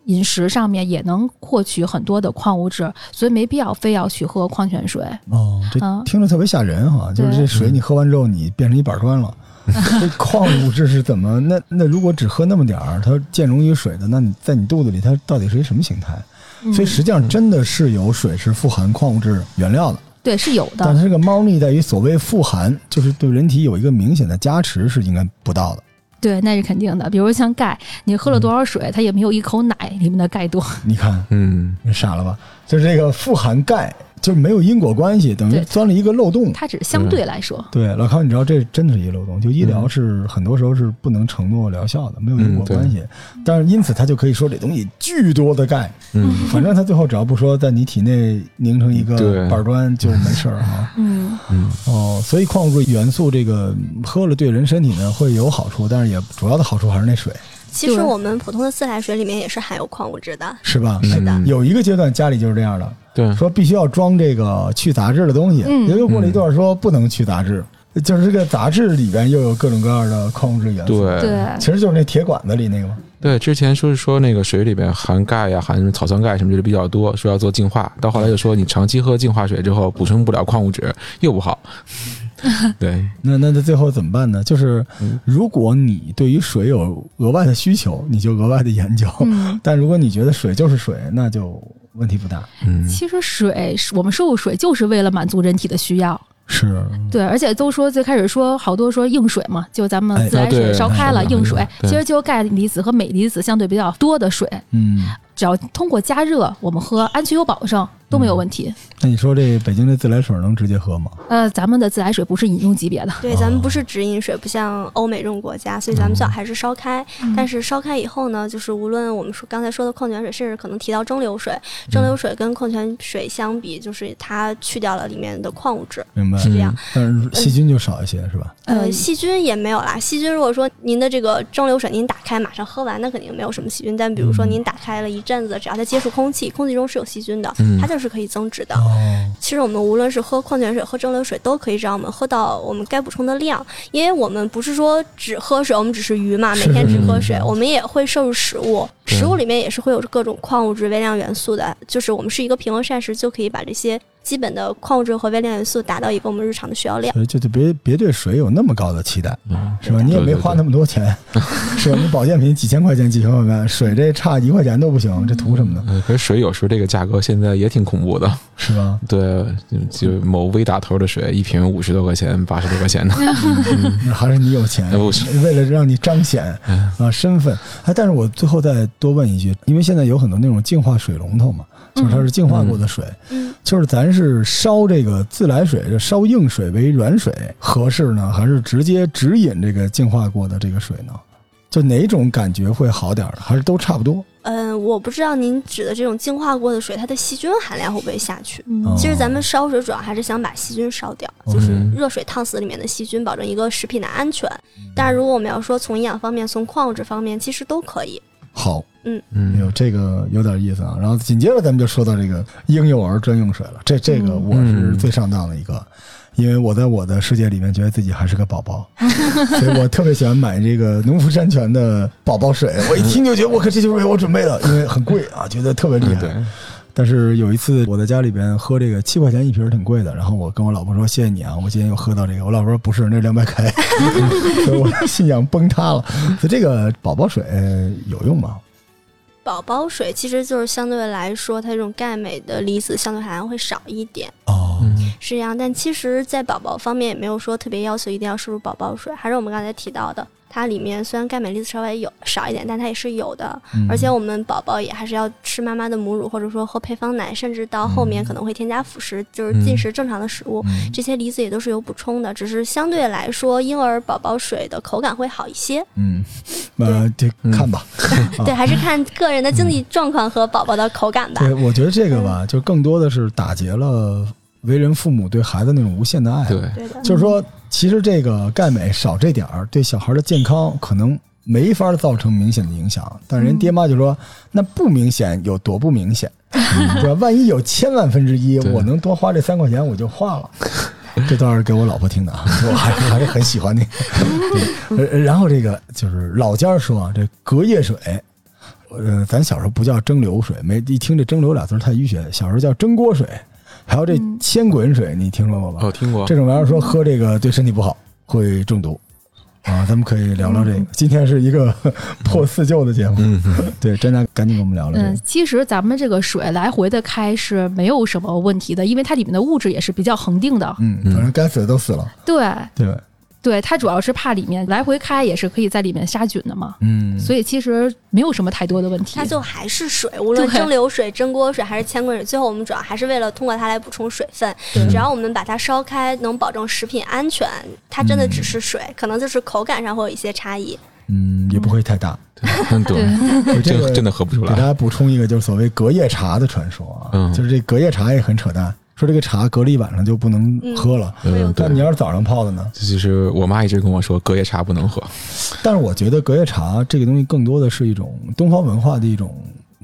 D: 饮食上面也能获取很多的矿物质，所以没必要非要去喝矿泉水。
A: 哦，这
D: 啊
A: 听着特别吓人哈、就是
D: 对
A: 这水你喝完之后，你变成一板砖了。这矿物质是怎么？那那如果只喝那么点儿，它兼容于水的，那你在你肚子里它到底是一什么形态？
D: 嗯、
A: 所以实际上真的是有水是富含矿物质原料的，
D: 对是有
A: 但
D: 的，
A: 它这个猫腻在于所谓富含，就是对人体有一个明显的加持是应该不到的。
D: 对那是肯定的。比如像钙，你喝了多少水，它也没有一口奶里面的钙多。
A: 你看，
B: 嗯，
A: 你傻了吧？就是这个富含钙，就是没有因果关系，等于
D: 对
A: 钻了一个漏洞。
D: 它只是相对来说，
A: 对，老康，你知道这真的是一漏洞，就医
B: 嗯
A: 疗是很多时候是不能承诺疗效的，没有因果关系。但是因此他就可以说这东西巨多的钙，
B: 嗯，
A: 反正他最后只要不说在你体内凝成一个
B: 对
A: 板 砖就没事儿啊。
D: 嗯，
B: 嗯，
A: 哦，所以矿物质元素这个嗯喝了对人身体呢会有好处，但是也主要的好处还是那水，
C: 其实
D: 对
C: 我们普通的自来水里面也是含有矿物质的。
A: 是吧？
C: 是的
B: 嗯
A: 有一个阶段家里就是这样的，
B: 对，
A: 说必须要装这个去杂质的东西，
D: 嗯
A: 也又过了一段说不能去杂质，就是这个杂质里边又有各种各样的矿物质元素。
B: 对，
D: 嗯对，
A: 其实就是那铁管子里那个嘛。
B: 对，之前说是说那个水里边含钙呀、含什么草酸钙什么之类比较多，说要做净化，到后来就说你长期喝净化水之后补充不了矿物质，又不好。对，
A: 那那那最后怎么办呢？就是如果你对于水有额外的需求，你就额外的研究；
D: 嗯。
A: 但如果你觉得水就是水，那就问题不大。
B: 嗯，
D: 其实水，我们摄入水就是为了满足人体的需要。
A: 是，
D: 对，而且都说最开始说好多说硬水嘛，就咱
A: 哎
D: 们自
A: 啊
D: 来水
B: 对
D: 烧开了
B: 是的
D: 硬水，
B: 对
D: 其实就是钙离子和镁离子相对比较多的水，
A: 嗯。
D: 只要通过加热，我们喝安全有保证都没有问题。
A: 那你说这北京这自来水能直接喝吗？
D: 呃，咱们的自来水不是饮用级别的，
A: 哦嗯
C: 对，咱们不是直饮水，不像欧美这种国家，所以咱们最好还是烧开。但是烧开以后呢，就是无论我们说刚才说的矿泉水，甚至可能提到蒸馏水，蒸
A: 嗯
C: 馏水跟矿泉水相比，就是它去掉了里面的矿物质。
A: 明白。
C: 是这样，
A: 但
D: 嗯
A: 是细菌就少一些，是吧？
C: 呃，
D: 呃，
C: 细菌也没有啦。细菌如果说您的这个蒸馏水您打开马上喝完，那肯定没有什么细菌。但比如说
A: 嗯
C: 您打开了一阵子，只要它接触空气，空气中是有细菌的
B: 嗯，
C: 它就是可以增殖的。
A: 哦，
C: 其实我们无论是喝矿泉水、喝蒸馏水，都可以让我们喝到我们该补充的量，因为我们不是说只喝水，我们只是鱼嘛，每
A: 是
C: 天只
A: 是
C: 喝
A: 是
C: 水，我们也会摄入食物，
B: 对
C: 食物里面也是会有各种矿物质、微量元素的，就是我们是一个平衡膳食，就可以把这些基本的矿物质和微量元素达到一个我们日常的需要量。
A: 所以就就别别对水有那么高的期待，
B: 嗯
A: 是吧？你也没花那么多钱，是吧？你保健品几千块钱、几千块钱，水这差一块钱都不行，这图什么呢？
B: 呃，可是水有时候这个价格现在也挺恐怖的，
A: 是吧？
B: 对，就就某微打头的水一瓶五十多块钱、八十多块钱的，
A: 那还是你有钱
B: 哎不是，
A: 为了让你彰显
B: 嗯
A: 啊身份。哎，但是我最后再多问一句，因为现在有很多那种净化水龙头嘛，就是它是净化过的水，
C: 嗯，
A: 就是咱是烧这个自来水，就烧硬水为软水合适呢，还是直接直饮这个净化过的这个水呢？就哪种感觉会好点儿？还是都差不多？
C: 嗯，我不知道您指的这种净化过的水，它的细菌含量会不会下去？
A: 哦
D: 嗯
C: 其实咱们烧水主要还是想把细菌烧掉，就是
B: 嗯
C: 热水烫死里面的细菌，保证一个食品的安全。但是如果我们要说从营养方面、从矿物质方面，其实都可以。
A: 好，哎
B: 嗯
A: 呦，这个有点意思啊。然后紧接着咱们就说到这个婴幼儿专用水了，这这个我是最上当的一个，因为我在我的世界里面觉得自己还是个宝宝，所以我特别喜欢买这个农夫山泉的宝宝水。我一听就觉得我靠，这就是为我准备的，因为很贵啊，觉得特别厉
B: 嗯对
A: 害。
B: 对，
A: 但是有一次我在家里边喝这个七块钱一瓶儿挺贵的，然后我跟我老婆说谢谢你啊，我今天又喝到这个，我老婆说不是，那两百开，所以我的信仰崩塌了。所以这个宝宝水有用吗？
C: 宝宝水其实就是相对来说，它这种钙镁的离子相对含量会少一点，
A: 哦，
B: 嗯
C: 是这样。但其实，在宝宝方面也没有说特别要求一定要摄入宝宝水，还是我们刚才提到的，它里面虽然钙镁离子稍微有少一点，但它也是有的。而且我们宝宝也还是要吃妈妈的母乳，或者说喝配方奶，甚至到后面可能会添加辅食，就是进食正常的食物，这些离子也都是有补充的。只是相对来说，婴儿宝宝水的口感会好一些。
A: 嗯，呃，这看吧。啊
C: 对，还是看个人的经济状况和宝宝的口感吧。
A: 对，我觉得这个吧，就更多的是打劫了为人父母对孩子那种无限的爱。
B: 对，
C: 对的，
A: 就是说，其实这个钙镁少这点儿，对小孩的健康可能没法造成明显的影响。但人爹妈就说，那不明显有多不明显，对吧？万一有千万分之一，
B: 对
A: 我能多花这三块钱，我就花了。 这倒是给我老婆听的啊，我还还是很喜欢那个。对呃然后这个就是老家说啊，这隔夜水。呃，咱小时候不叫蒸馏水，没一听这蒸馏俩字儿太淤血。小时候叫蒸锅水，还有这
D: 嗯
A: 千滚水，你听说过吧？
B: 哦，听过
A: 这，种玩意儿说喝这个对身体不好，会中毒啊。咱们可以聊聊这个。今天是一个呵破四旧的节目，
B: 嗯，
A: 对，詹娜赶紧跟我们聊聊这
D: 嗯
A: 个。，
D: 其实咱们这个水来回的开是没有什么问题的，因为它里面的物质也是比较恒定的。
A: 嗯，
B: 嗯
A: 反正该死的都死了，
D: 对
A: 对吧？
D: 对，它主要是怕里面来回开也是可以在里面杀菌的嘛，
A: 嗯，
D: 所以其实没有什么太多的问题
C: 它。就还是水，无论
D: 对
C: 蒸馏水、蒸锅水还是千滚水，最后我们主要还是为了通过它来补充水分。只要我们把它烧开，能保证食品安全，它真的只是水，可能就是口感上会有一些差异。
A: 嗯也不会太大。
B: 嗯，对，
A: 这个
B: 真真的喝不出
A: 给大
B: 来，
A: 家补充一个，就是所谓隔夜茶的传说啊，
B: 嗯
A: 就是这隔夜茶也很扯淡，说这个茶隔了一晚上就不能喝了。
C: 会有
B: 嗯，对
A: 但你。要是早上泡的呢？
B: 这就是我妈一直跟我说，隔夜茶不能喝。
A: 但是我觉得隔夜茶这个东西更多的是一种东方文化的一种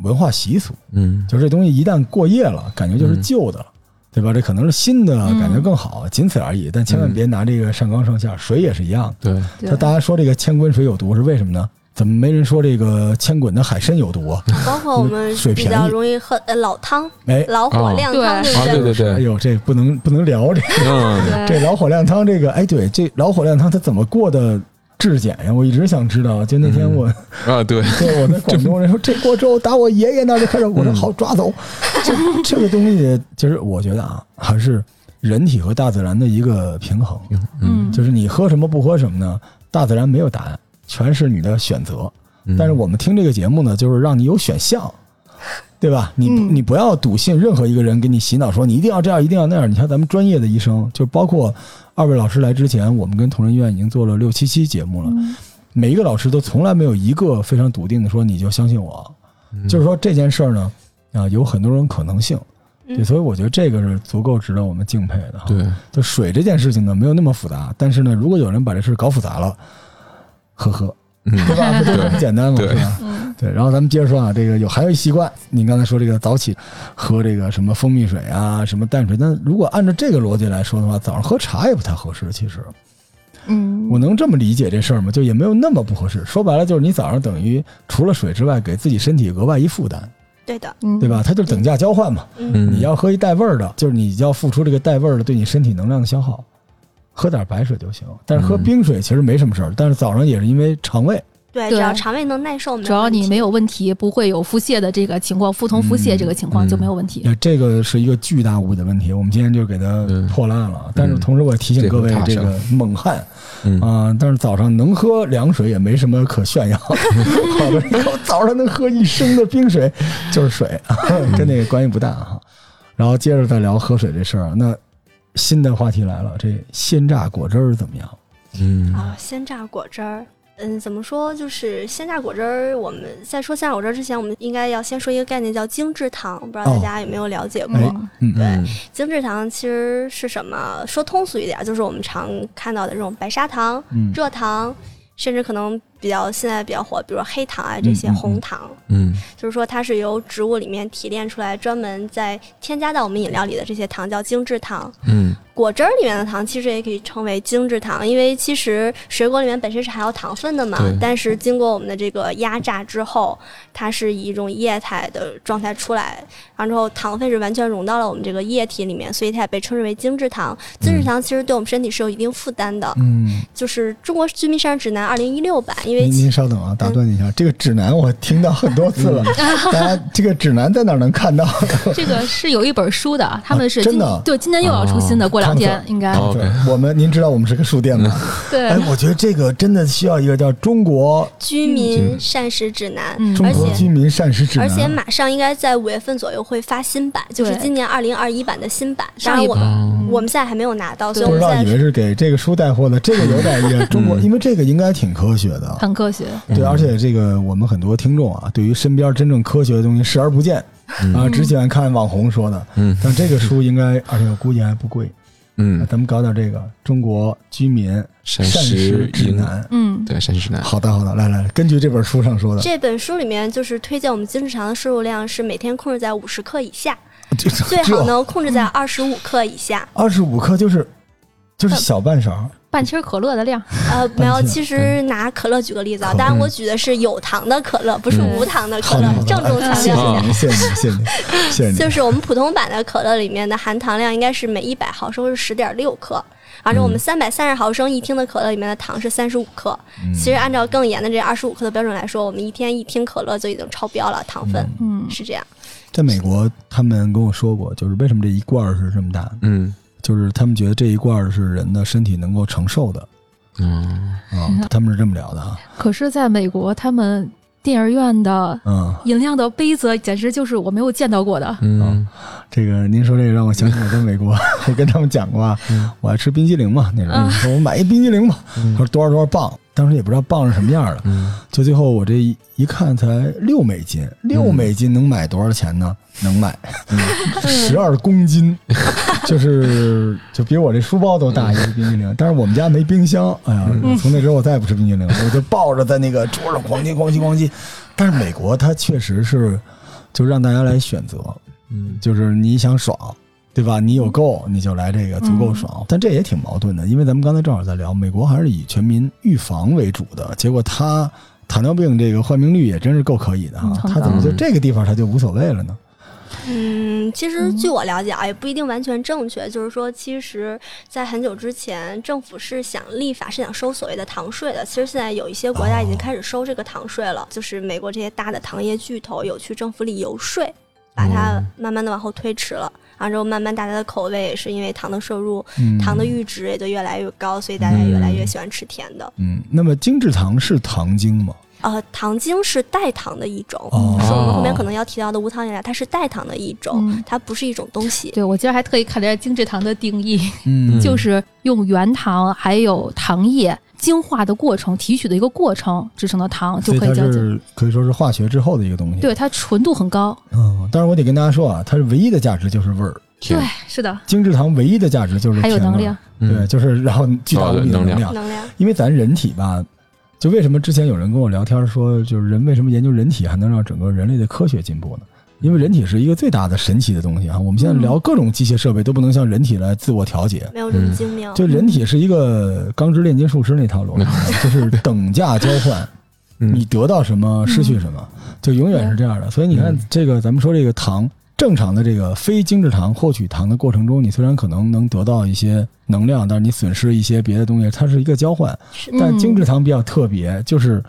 A: 文化习俗，
B: 嗯，
A: 就是这东西一旦过夜了，感觉就是旧的了，对吧？这可能是新的，感觉更好，仅此而已。但千万别拿这个上纲上线，水也是一样
B: 对，
A: 的。
D: 对
A: 他大家说这个千滚水有毒是为什么呢？怎么没人说这个千滚的海参有毒啊？
C: 包括我们
A: 水
C: 比
A: 便
C: 较
A: 宜
C: 容易喝呃老汤、
A: 哎，
C: 老火
B: 哦
C: 靓
D: 对
C: 汤，
B: 啊，对
C: 不对？
B: 对
A: 哎
B: 对，
A: 呦，这不能不能聊这
B: 嗯，
D: 对
A: 这老火靓汤这个，哎，对，这老火靓汤它怎么过的质检呀？我一直想知道。就那天我、
B: 啊，对，
A: 对我在广东人说这锅粥打我爷爷那儿就开始，我说好抓走。这这个东西，其实我觉得啊，还是人体和大自然的一个平衡，
D: 嗯，
A: 就是你喝什么不喝什么呢？大自然没有答案，全是你的选择。
B: 嗯
A: 但是我们听这个节目呢，就是让你有选项，对吧？你不
D: 嗯
A: 你不要笃信任何一个人给你洗脑说你一定要这样，一定要那样。你看咱们专业的医生，就包括二位老师来之前，我们跟同仁医院已经做了六七期节目了，每一个老师都从来没有一个非常笃定的说你就相信我，就是说这件事儿呢，啊，有很多种可能性。对，
C: 嗯
A: 所以我觉得这个是足够值得我们敬佩的哈。
B: 对，
A: 就水这件事情呢，没有那么复杂，但是呢，如果有人把这事儿搞复杂了，呵呵，
B: 嗯，
A: 对吧？这都很简单嘛，
B: 对
A: 是吧？
D: 嗯
A: 对，然后咱们接着说啊，这个有还有一习惯，你刚才说这个早起喝这个什么蜂蜜水呃啊，什么淡水，但如果按照这个逻辑来说的话，早上喝茶也不太合适，其实。
D: 嗯，
A: 我能这么理解这事儿吗？就也没有那么不合适。说白了，就是你早上等于除了水之外，给自己身体额外一负担，
C: 对的，
D: 嗯
A: 对？吧？它就是等价交换嘛。
C: 嗯，
B: 嗯，
A: 你要喝一带味儿的，就是你要付出这个带味儿的对你身体能量的消耗，喝点白水就行。但是喝
B: 嗯
A: 冰水其实没什么事儿，但是早上也是因为肠胃，
C: 对，只
D: 对
C: 要肠胃能耐受，没有
D: 只要
C: 问
D: 你
C: 题
D: 没有问题，不会有腹泻的这个情况，腹痛腹泻这个情况
B: 嗯
D: 就没有问题。
A: 呃，这个是一个巨大无比的问题。我们今天就给它
B: 嗯
A: 破烂了，但是同时我也提醒
B: 这
A: 各
B: 个
A: 位
B: 大
A: 这
B: 事儿
A: 个猛汉
B: 嗯
A: 啊、但是早上能喝凉水也没什么可炫耀。 好多人说早上能喝一升的冰水，就是水，啊
B: 嗯
A: 跟那个关系不大哈。然后接着再聊喝水这事儿，啊那新的话题来了，这鲜榨果汁儿怎么样？
B: 嗯
C: 啊，鲜榨果汁儿。嗯，怎么说？就是鲜榨果汁儿。我们在说鲜榨果汁儿之前，我们应该要先说一个概念，叫精制糖。不知道大
A: 哦
C: 家有没有了解过？
A: 哎，嗯，
B: 嗯
C: 精制糖其实是什么？说通俗一点，就是我们常看到的这种白砂糖、
A: 嗯
C: 蔗糖，甚至可能比较现在比较火，比如说黑糖啊这
A: 嗯
C: 些
A: 嗯嗯
C: 红糖，
B: 嗯
C: 就是说它是由植物里面提炼出来，专门在添加到我们饮料里的这些糖叫精制糖。
B: 嗯
C: 果汁儿里面的糖其实也可以称为精制糖，因为其实水果里面本身是含有糖分的嘛
B: 对，
C: 但是经过我们的这个压榨之后，它是以一种液态的状态出来，然后之后糖分是完全融到了我们这个液体里面，所以它也被称之为精制糖。精制糖其实对我们身体是有一定负担的，
A: 嗯，
C: 就是《中国居民膳食指南》二零一六版，因为
A: 您
C: 其
A: 您稍等啊，打断你一下，这个指南我听到很多次了，
B: 嗯
A: 大家这个指南在哪儿能看到？
D: 这个是有一本书的，他们是
A: 啊
D: 今
A: 真的
D: 对今年又要出新的，过两天
A: 康
D: 应该
B: 哦 OK
A: 我们您知道我们是个书店吗？
D: 对
A: 哎，我觉得这个真的需要一个叫《中国
C: 居民膳食指南》
D: 嗯
A: 中
C: 而
A: 国
C: 且
A: 居民膳食指
C: 而
A: 南》，
C: 且马上应该在五月份左右会发新版，就是
D: 对
C: 今年二零二一版的新版。当
D: 上
C: 然
D: 一
C: 我
D: 版
C: 们
B: 哦
C: 我们现在还没有拿到，所以
A: 不
C: 我
A: 知
C: 们
A: 道
C: 现
A: 以
C: 在
A: 为是给这个书带货的，这个有点 意思。中国，
B: 嗯
A: 因为这个应该挺科学的。
D: 很科学。
A: 对，而且这个我们很多听众啊，对于身边真正科学的东西视而不见啊，只喜欢看网红说的。
B: 嗯
A: 但这个书应该，而且我估计还不贵。
B: 嗯，
A: 咱们搞点这个《中国居民
B: 膳
A: 膳
B: 食
A: 食指
B: 营
A: 南》。
D: 嗯，
B: 对膳食指南，
A: 好的，好的，来来，根据这本书上说的，
C: 这本书里面就是推荐我们精制糖的摄入量是每天控制在五十克以 下，
A: 这
C: 最好
A: 这
C: 能控制在二十五克以 下。
A: 二十五克就是就是小半勺，
D: 半瓶可乐的量，
C: 呃，没有，
A: 嗯
C: 其实拿可乐举个例子啊，
A: 嗯
C: 当然我举的是有糖的可乐，不是
D: 嗯
C: 无糖的可
A: 好的，
C: 乐
A: 好，的
C: 郑重
A: 哎
C: 强
A: 谢
C: 调。
A: 谢你，谢谢你，谢谢你，
D: 嗯
A: 谢谢
C: 就
A: 你。
C: 是我们普通版的可乐里面的含糖量应该是每一百毫升是十点六克，而且我们
A: 嗯
C: 三百三十毫升一听的可乐里面的糖是三十五克。
A: 嗯
C: 其实按照更严的这二十五克的标准来说，我们一天一听可乐就已经超标了糖分，
D: 嗯
C: 是这样。
A: 在美国，他们跟我说过，就是为什么这一罐儿是这么大的，
B: 嗯
A: 就是他们觉得这一罐儿是人的身体能够承受的
B: 嗯
A: 啊，他们是这么聊的啊，
D: 可是在美国，他们电影院的
A: 嗯。
D: 饮料的杯子简直就是我没有见到过的。
B: 嗯
A: 这个您说这个让我想起我在美国，我跟他们讲过啊，
C: 嗯
A: 我爱吃冰激凌嘛，那时候我说我买一冰激凌吧，他说多少多少磅，当时也不知道磅是什么样的，
B: 嗯
A: 就最后我这一一看才六美金，六美金能买多少钱呢？能买 十二公斤，就是就比我这书包都大一个冰激凌，但是我们家没冰箱，哎呀，从那之后我再也不吃冰激凌了，我就抱着在那个桌上咣叽咣叽咣叽，但是美国它确实是就让大家来选择，
B: 嗯
A: 就是你想爽，对吧？你有够，你就来这个足
D: 嗯
A: 够爽。但这也挺矛盾的，因为咱们刚才正好在聊，美国还是以全民预防为主的，结果他糖尿病这个患病率也真是够可以的啊
D: 嗯！很
A: 他
D: 高
A: 怎么就这个地方他就无所谓了呢？
C: 嗯，其实据我了解啊，也不一定完全正确。就是说，其实，在很久之前，政府是想立法，是想收所谓的糖税的。其实现在有一些国家已经开始收这个糖税了，就是美国这些大的糖业巨头有去政府里游说，把它慢慢的往后推迟了。然后之后慢慢大家的口味也是因为糖的摄入，
A: 嗯，
C: 糖的阈值也就越来越高，所以大家越来越喜欢吃甜的。
A: 嗯，那么精制糖是糖精吗？
C: 呃，糖精是代糖的一种，
A: 哦
C: 是我们后面可能要提到的无糖饮料，它是代糖的一种，
D: 嗯
C: 它不是一种东西。
D: 对，我今儿还特意看了一下精制糖的定义，
A: 嗯
D: 就是用原糖还有糖液精化的过程提取的一个过程制成的糖，就
A: 所以
D: 可以
A: 它
D: 叫精。
A: 是可以说是化学之后的一个东西。，
D: 对，它纯度很高。
A: 嗯，但是我得跟大家说啊，它是唯一的价值就是味儿。
D: 对
B: 天，
D: 是的，
A: 精制糖唯一的价值就是
D: 还有
A: 甜
D: 能
A: 味儿
D: 量，。
A: 对，就是然后巨大无比的哦能量。
C: 能量
A: 因为咱人体吧，就为什么之前有人跟我聊天说，就是人为什么研究人体还能让整个人类的科学进步呢？因为人体是一个最大的神奇的东西啊。我们现在聊各种机械设备都不能像人体来自我调节，
C: 没有这么精妙。
A: 嗯就人体是一个钢之炼金术师那套逻辑啊，就是等价交换，
B: 嗯
A: 你得到什么失去什么，就永远是这样的。所以你看
B: 嗯，
A: 这个咱们说这个糖。正常的这个非精制糖获取糖的过程中，你虽然可能能得到一些能量，但是你损失一些别的东西，它是一个交换。
C: 是
A: 但精制
D: 嗯
A: 糖比较特别，就是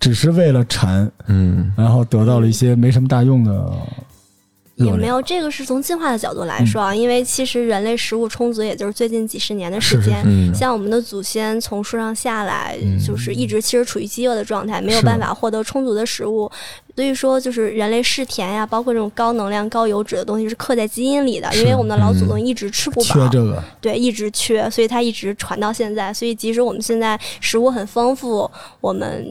A: 只是为了馋，
B: 嗯
A: 然后得到了一些没什么大用的
C: 也
A: 热
C: 没
A: 量。
C: 有这个是从进化的角度来说啊，因为其实人类食物充足也就是最近几十年的
A: 嗯
C: 时
A: 是是
C: 间。
B: 嗯
C: 像我们的祖先从树上下来，
A: 嗯
C: 就是一直其实处于饥饿的状态，没有
A: 是
C: 办法获得充足的食物，所以说就是人类嗜甜呀，包括这种高能量、高油脂的东西是刻在基因里的，
A: 是
C: 因为我们的老祖
B: 嗯
C: 宗一直吃不
A: 缺
C: 饱，
A: 这个，
C: 对，一直缺，所以它一直传到现在。所以即使我们现在食物很丰富，我们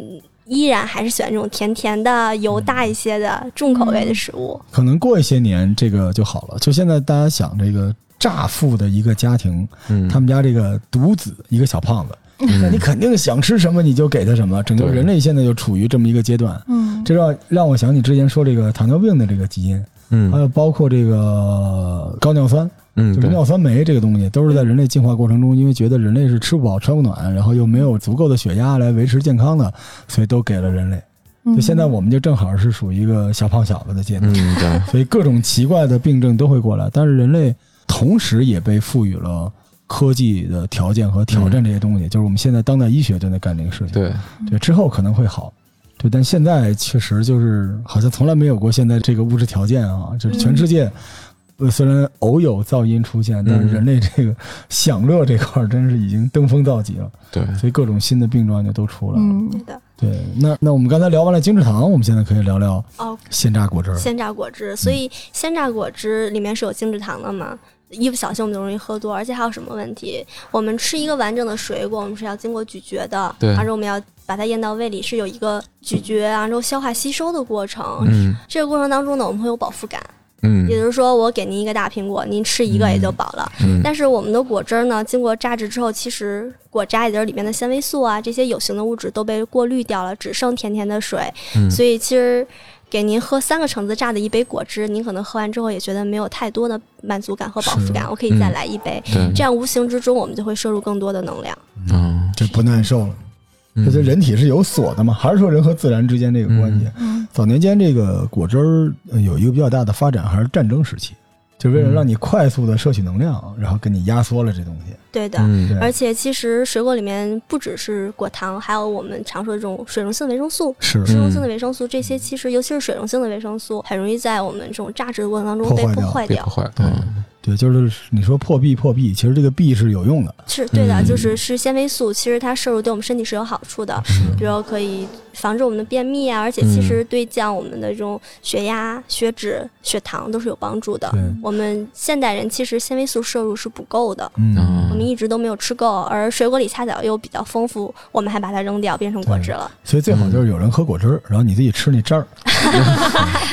C: 依然还是喜欢这种甜甜的、油大一些的、重口
B: 嗯
C: 味的食物。
A: 可能过一些年这个就好了。就现在大家想这个乍富的一个家庭，
B: 嗯，
A: 他们家这个独子一个小胖子，
C: 嗯
A: 那你肯定想吃什么你就给他什么。整个
B: 对
A: 人类现在就处于这么一个阶段，
D: 嗯，
A: 这让让我想起之前说这个糖尿病的这个基因，还
B: 嗯
A: 有包括这个高尿酸。
B: 嗯
A: 就是
B: 对
A: 尿酸酶这个东西，都是在人类进化过程中，因为觉得人类是吃不饱穿不暖，然后又没有足够的血压来维持健康的，所以都给了人类。
D: 嗯
A: 就现在我们就正好是属于一个小胖小子的阶段，
B: 嗯对
A: 所以各种奇怪的病症都会过来。但是人类同时也被赋予了科技的条件和挑
B: 嗯
A: 战这些东西，就是我们现在当代医学正在干这个事情。
B: 对，
A: 对，之后可能会好。对，但现在确实就是好像从来没有过现在这个物质条件啊，就是全世界，呃，虽然偶有噪音出现，但是
B: 嗯
A: 人类这个享乐这块儿真是已经登峰造极了，
B: 对，
A: 所以各种新的病状就都出来了。
D: 嗯
C: 对的。
A: 对，那那我们刚才聊完了精制糖，我们现在可以聊聊
C: 哦，
A: 鲜榨果汁
B: 嗯
A: 儿。
C: 鲜榨果汁，所以鲜榨果汁里面是有精制糖的嘛？一不小心我们就容易喝多，而且还有什么问题？我们吃一个完整的水果，我们是要经过咀嚼的，
B: 对
C: 而且我们要把它咽到胃里，是有一个咀嚼，然后消化吸收的过程。
B: 嗯
C: 这个过程当中呢，我们会有饱腹感，
B: 嗯
C: 也就是说，我给您一个大苹果，您吃一个也就饱了。
B: 嗯
C: 但是我们的果汁儿呢，经过榨汁之后，其实果渣也就是里面的纤维素啊，这些有形的物质都被过滤掉了，只剩甜甜的水。
B: 嗯
C: 所以其实给您喝三个橙子榨的一杯果汁，您可能喝完之后也觉得没有太多的满足感和饱腹感，我可以再来一杯。
B: 对
C: 这样无形之中我们就会摄入更多的能量。
B: 嗯，
A: 就不耐受了，
B: 嗯
A: 这就人体是有锁的嘛，还是说人和自然之间这个关系？
D: 嗯
A: 早年间这个果汁儿呃有一个比较大的发展，还是战争时期，就是为了让你快速的摄取能量，然后给你压缩了这东西。
C: 对的。
B: 嗯
A: 对，
C: 而且，其实水果里面不只是果糖，还有我们常说的这种水溶性维生素、
A: 是
C: 脂溶性的维生素，这些其实尤其是水溶性的维生素，很容易在我们这种榨汁的过程当中被
A: 破坏掉
C: 破坏
B: 被
C: 掉
B: 破。坏，
A: 对对，就是你说破壁破壁，其实这个壁是有用的，
C: 是对的，
B: 嗯
C: 就是是纤维素，其实它摄入对我们身体是有好处的，比如可以防止我们的便秘啊，而且其
B: 嗯
C: 实对降我们的这种血压、血脂、血糖都是有帮助的
A: 对。，
C: 我们现代人其实纤维素摄入是不够的，
A: 嗯，
C: 我们
B: 嗯
C: 一直都没有吃够，而水果里恰巧又比较丰富，我们还把它扔掉变成果汁了。
A: 所以最
D: 嗯
A: 好就是有人喝果汁儿，然后你自己吃那汁 儿。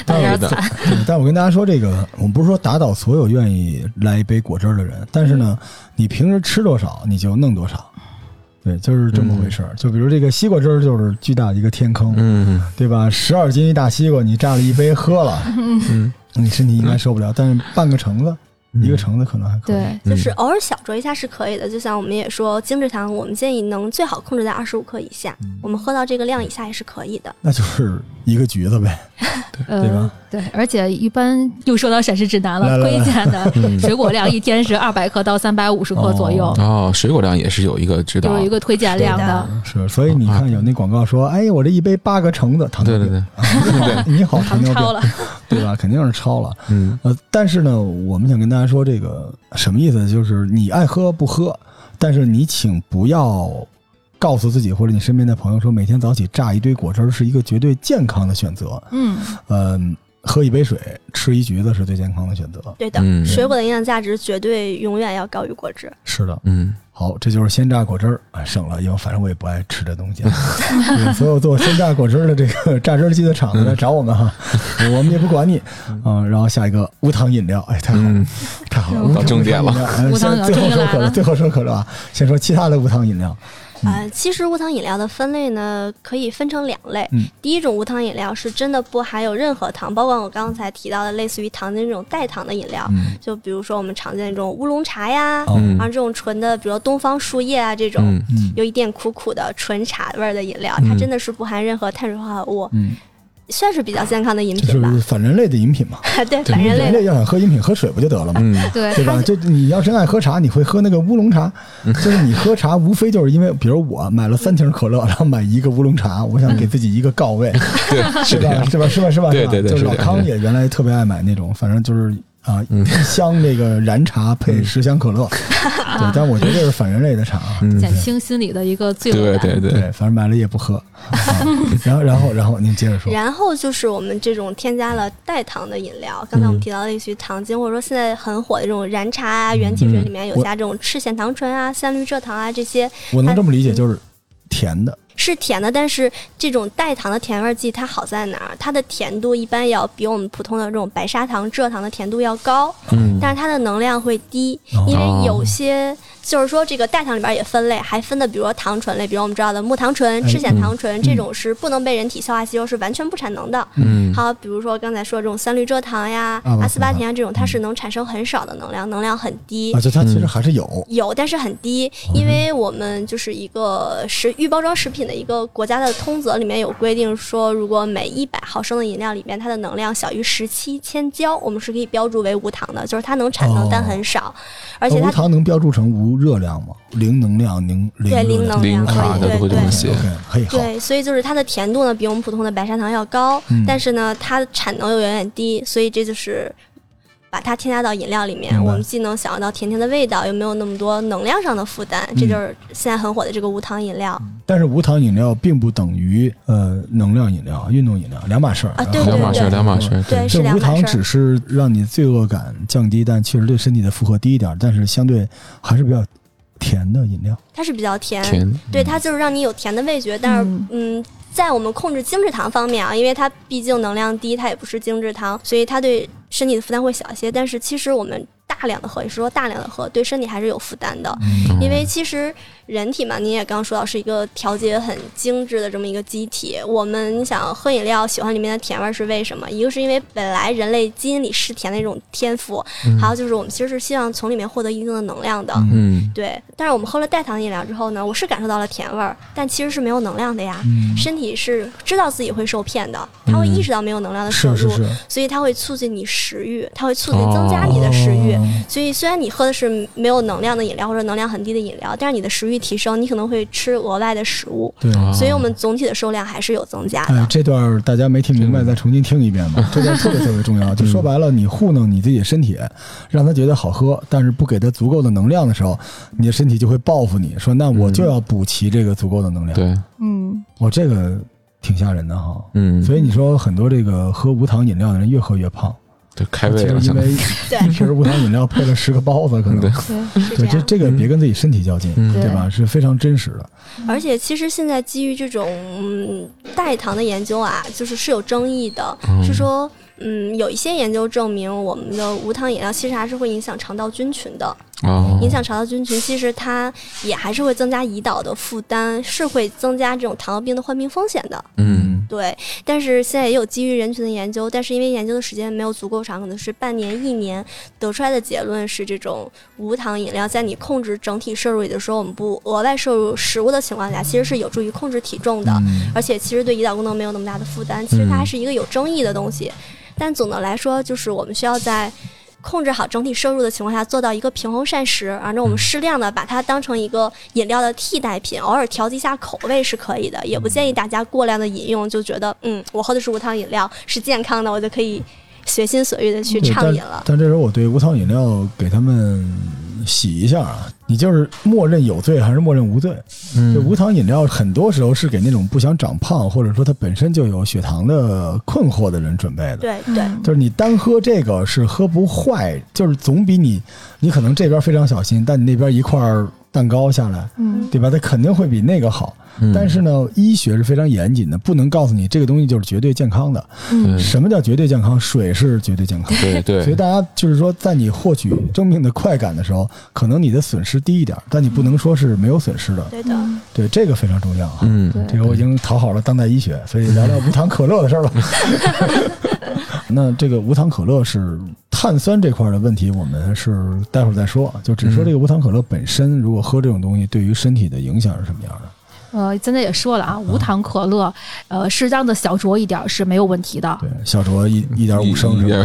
D: 有点
B: 的
D: 惨，
A: 对但我跟大家说，这个我们不是说打倒所有愿意来一杯果汁儿的人，但是呢，你平时吃多少你就弄多少，对，就是这么回事
D: 嗯
A: 儿。就比如这个西瓜汁儿，就是巨大的一个天坑，
B: 嗯
A: 对吧？十二斤一大西瓜，你榨了一杯喝 了，
B: 嗯，
A: 你身体应该受不了。但是半个橙子，一个橙子可能还可以。
D: 嗯
B: 嗯
D: 对，
C: 就是偶尔小酌一下是可以的，就像我们也说，精制糖我们建议能最好控制在二十五克以下，
B: 嗯
C: 我们喝到这个量以下也是可以的。
A: 那就是一个橘子呗。对吧
D: 呃，对，而且一般又说到膳食指南
A: 来
D: 了，
A: 来来嗯
D: 推荐的 水果量一天是二百克到三百五十克左右，
B: 哦，水果量也是有一个指导
D: 有，一个推荐量的。
A: 是，所以你
D: 啊
A: 看有那广告说，哎，我这一杯八个橙子，糖尿
B: 对对
A: 病。
B: 对，
A: 对，你好，糖
D: 糖
A: 尿
D: 超
A: 病，
D: 了，
A: 对吧？肯定是超了。
B: 嗯
A: 呃，但是呢，我们想跟大家说，这个什么意思？就是你爱喝不喝，但是你请不要告诉自己或者你身边的朋友说，每天早起榨一堆果汁儿是一个绝对健康的选择。
D: 嗯，
A: 嗯，喝一杯水，吃一橘子是最健康的选择。
C: 对的，
B: 嗯
C: 水果的营养价值绝对永远要高于果汁。
A: 是的，
B: 嗯
A: 好，这就是鲜榨果汁儿啊，省了，因为反正我也不爱吃这东西。啊 对所有做鲜榨果汁儿的这个榨汁机的厂子来找我们哈，我们也不管你啊。然后下一个无糖饮料，哎，太好了，
B: 嗯，
A: 太好了，
D: 嗯
A: 无糖
B: 到重点了
A: 无糖饮料哎
D: 无糖
A: 先最后
D: 饮料终于
A: 说
D: 来
A: 可乐，
D: 了
A: 最后说可乐啊，先说其他的无糖饮料。
C: 呃，其实无糖饮料的分类呢，可以分成两类。
A: 嗯
C: 第一种无糖饮料是真的不含有任何糖，包括我刚才提到的类似于糖精这种代糖的饮料，
B: 嗯
C: 就比如说我们常见的这种乌龙茶呀，
A: 哦
B: 嗯
C: 然后这种纯的，比如东方树叶啊这种。
B: 嗯
A: 嗯
C: 有一点苦苦的纯茶味儿的饮料，它
B: 嗯
C: 真的是不含任何碳水化合物，
A: 嗯，
C: 算是比较健康的饮
A: 这
C: 品吧
A: 是。反人类的饮品嘛？
C: 对，反人类
A: 人
C: 的
A: 类要想喝饮品，喝水不就得了吗？
B: 嗯
D: 对，
A: 对吧？这你要真爱喝茶，你会喝那个乌龙茶，
B: 嗯
A: 就是你喝茶无非就是因为，比如我买了三瓶可乐，然后买一个乌龙茶，我想给自己一个告慰，
B: 对，
A: 是
B: 嗯 是这
A: 吧？
B: 样，
A: 是吧？是吧？是吧？
B: 对
A: 是吧
B: 对对
A: 就是
B: 是
A: 老
B: 这样
A: 康
B: 是
A: 也原来特别爱买那种，反正就是啊，一
B: 嗯
A: 箱那个燃茶配十箱可 乐，对
D: 啊，，
A: 但我觉得这是反人类的茶啊。
B: 嗯，
D: 减轻心里的一个罪恶
B: 对
D: 感。
B: 对
A: 对，
B: 对，
A: 反正买了也不 喝。啊然后，然后，然后您接着说。
C: 然后就是我们这种添加了代糖的饮料，刚才我们提到的类似于糖精，或者说现在很火的这种燃茶啊、元气水里面有加这种赤藓糖醇啊、三氯蔗糖啊这些
A: 我能这么理解，就是甜的，
C: 是甜的，但是这种代糖的甜味剂它好在哪儿？它的甜度一般要比我们普通的这种白砂糖、蔗糖的甜度要高，
B: 嗯
C: 但是它的能量会低
A: 哦，
C: 因为有些就是说这个代糖里边也分类，还分的比如说糖醇类，比如我们知道的木糖醇、
A: 哎
C: 赤藓糖醇这
A: 嗯
C: 种是不能被人体消化吸收，是完全不产能的。
B: 嗯
C: 还有比如说刚才说这种三氯蔗糖呀、
A: 啊
C: 阿斯巴甜啊这种，它
A: 嗯
C: 是能产生很少的能量，能量很低
A: 啊，。就它其
B: 嗯
A: 实还是有。
C: 有，但是很低，因为我们就是一个食预包装食品的一个国家的通则里面有规定说，如果每一百毫升的饮料里面它的能量小于十七千焦，我们是可以标注为无糖的，就是它能产能但
A: 哦
C: 很少，而且
A: 那
C: 它
A: 呃无糖能标注成无热量吗？零能量，零零
C: 对零
A: 热量
C: 能量
B: 零
C: 可
B: 卡
C: 以，
B: 的
C: 对
B: 会
C: 对
B: 这么写
A: OK，嘿，好，
C: 对，所以就是它的甜度呢，比我们普通的白砂糖要高，
A: 嗯
C: 但是呢，它的产能又远远低，所以这就是把它添加到饮料里面
A: 明，白
C: 我们既能享受到甜甜的味道，又没有那么多能量上的负担，
A: 嗯
C: 这就是现在很火的这个无糖饮料、
A: 但是无糖饮料并不等于呃能量饮料、运动饮料两码事儿
C: 啊对
B: 两
C: 对
B: 码事儿，
C: 对
B: 两码事儿，
C: 对，是
A: 这
C: 两
A: 无
C: 码
A: 糖
C: 事
A: 只
C: 儿。
A: 是让你罪恶感降低，但确实对身体的负荷低一点，但是相对还是比较甜的饮料。
C: 它是比较甜，
B: 甜，
C: 对，它就是让你有甜的味觉，但是
D: 嗯
C: 嗯。在我们控制精制糖方面啊，因为它毕竟能量低，它也不是精制糖，所以它对身体的负担会小一些。但是其实我们大量的喝，也是说大量的喝，对身体还是有负担的。
A: 嗯
C: 因为其实人体嘛，你也刚说到是一个调节很精致的这么一个机体。我们你想喝饮料，喜欢里面的甜味儿是为什么？一个是因为本来人类基因里嗜甜的一种天赋，还有就是我们其实是希望从里面获得一定的能量的。
B: 嗯
C: 对，但是我们喝了代糖饮料之后呢，我是感受到了甜味儿，但其实是没有能量的呀。
A: 嗯，
C: 身体是知道自己会受骗的，它会意识到没有能量的摄
A: 是
C: 入，
A: 是是，
C: 所以它会促进你食欲，它会促进增加你的食欲。
A: 哦
C: 所以虽然你喝的是没有能量的饮料或者能量很低的饮料，但是你的食欲提升，你可能会吃额外的食物，
A: 对。
B: 啊
C: 所以我们总体的收量还是有增加的。
A: 哎，这段儿大家没听明白，
B: 嗯
A: 再重新听一遍 吧。这段儿特别特别重要。就说白了，你糊弄你自己的身体，让他觉得好喝，但是不给他足够的能量的时候，你的身体就会报复你，说那我就要补齐这个足够的能量。
B: 对，
D: 嗯，
A: 我这个挺吓人的哈。
B: 嗯，
A: 所以你说很多这个喝无糖饮料的人越喝越胖，
B: 就开胃
A: 就
B: 了，
A: 是因
B: 想
A: 为
C: 对
A: 一瓶无糖饮料配了十个包子，可能
B: 对
D: 对，
C: 是
A: 哎对这
C: 样。
A: 这个别跟自己身体较劲，
B: 嗯
A: 对吧？是非常真实的。
C: 而且其实现在基于这种嗯代糖的研究啊，就是是有争议的，是说。嗯，有一些研究证明，我们的无糖饮料其实还是会影响肠道菌群的。
B: 哦，
C: 影响肠道菌群，其实它也还是会增加胰岛的负担，是会增加这种糖尿病的患病风险的。
B: 嗯
C: 对，但是现在也有基于人群的研究，但是因为研究的时间没有足够长，可能是半年、一年，得出来的结论是，这种无糖饮料在你控制整体摄入里的时候，我们不额外摄入食物的情况下，其实是有助于控制体重的，
A: 嗯
C: 而且其实对胰岛功能没有那么大的负担。其实它还是一个有争议的东西，但总的来说，就是我们需要在。控制好整体摄入的情况下，做到一个平衡膳食，然后
A: 嗯
C: 我们适量的把它当成一个饮料的替代品，偶尔调剂一下口味是可以的，也
A: 嗯
C: 不建议大家过量的饮用，就觉得嗯，我喝的是无糖饮料，是健康的，我就可以随心所欲的去
A: 对
C: 畅饮了
A: 但。但这时候我对无糖饮料给他们洗一下啊，你就是默认有罪还是默认无罪？
B: 嗯
A: 这无糖饮料很多时候是给那种不想长胖，或者说他本身就有血糖的困惑的人准备的。
C: 对对，
D: 嗯
A: 就是你单喝这个是喝不坏，就是总比你，你可能这边非常小心，但你那边一块儿蛋糕下来，
D: 嗯
A: 对吧？它肯定会比那个好。
B: 嗯
A: 但是呢，医学是非常严谨的，不能告诉你这个东西就是绝对健康的。
D: 嗯
B: 对
A: 什么叫绝对健康？水是绝对健康的。
B: 对
A: 所以
B: 对
A: 大家就是说，在你获取生命的快感的时候，可能你的损失低一点，但你不能说是没有损失的。
C: 对的，
D: 嗯，
A: 对，这个非常重要啊。
B: 嗯，
D: 对
A: 这个我已经讨好了当代医学，所以聊聊无糖可乐的事儿吧。那这个无糖可乐是碳酸这块的问题，我们是待会儿再说，就只说这个无糖可乐本身，如果喝这种东西对于身体的影响是什么样的？
D: 呃，现在也说了啊，无糖可乐，呃，适当的小酌一点儿是没有问题的。
A: 对，小酌一一点五升
B: 一
A: 是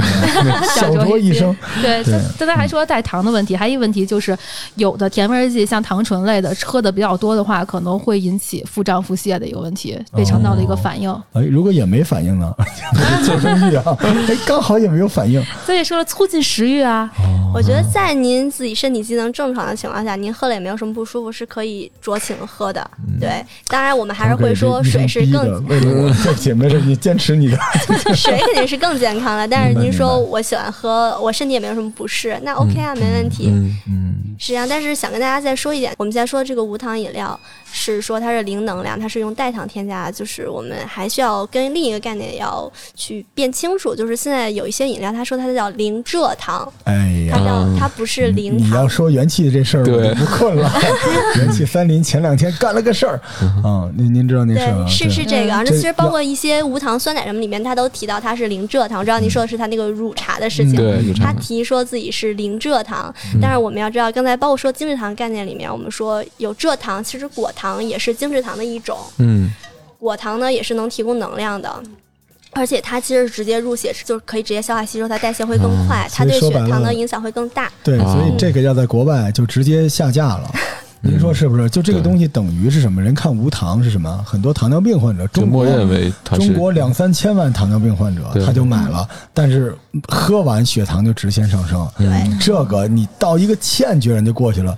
A: 吧？ 小酌一升，
D: 对，
A: 对嗯
D: 刚刚才还说带糖的问题，还有一个问题就是，有的甜味儿剂像糖醇类的，喝的比较多的话，可能会引起腹胀、腹泻的一个问题，胃肠道的一个反应。
A: 哎，如果也没反应呢， 做生意啊，哎，刚好也没有反应。
D: 所以说促进食欲啊，
A: 嗯
C: 我觉得在您自己身体机能正常的情况下，您喝了也没有什么不舒服，是可以酌情喝的。
A: 嗯
C: 对，当然我们还是会说水是 更
A: 为了我，对不起，没事，你坚持你的。
C: 水肯定是更健康的，但
A: 明
C: 是
A: 白
C: 您说
A: 明
C: 我喜欢喝，我身体也没有什么不适，那 OK 啊，没问题。
B: 嗯
A: 嗯，
C: 是这样，但是想跟大家再说一点，我们现在说的这个无糖饮料是说它是零能量，它是用代糖添加，就是我们还需要跟另一个概念要去辨清楚，就是现在有一些饮料，它说它叫零蔗糖，
A: 哎
C: 它
A: 呀，
C: 叫
B: 嗯
C: 它不是零
A: 你
C: 糖
A: 要。说元气的这事儿，我
B: 对
A: 就不困 了。元气森林前两天干了个事儿
B: 嗯
A: 啊，您您知道那事儿
C: 对，
A: 啊？
C: 是
A: 对
C: 是这个，啊，
A: 嗯
C: 那其
A: 这
C: 实包括一些无糖酸奶什么里面，它都提到它是零蔗糖。我知道
A: 嗯
C: 您说的是它那个乳茶的事情，
B: 对，有
C: 他
B: 差
C: 提说自己是零蔗糖，
A: 嗯
C: 但是我们要知道，刚才包括说精制糖概念里面，我们说有蔗糖，其实果糖也是精制糖的一种，
B: 嗯
C: 果糖呢也是能提供能量的。而且它其实是直接入血，就是可以直接消化吸收，它代谢会更快，它对
A: 所啊
C: 血
A: 以说白
C: 糖
A: 了
C: 的影响会更大。
A: 对，
B: 啊
A: 所以这个要在国外就直接下架 了。您说是不是？就这个
B: 嗯对
A: 东西等于是什么？人看无糖是什么？很多糖尿病患者，
B: 就
A: 中
B: 默
A: 国
B: 认为它是
A: 中国两三千万糖尿病患者，
B: 对
A: 他就买了，但是喝完血糖就直线上升。
B: 嗯
C: 对
A: 这个你到一个欠缺人就过去了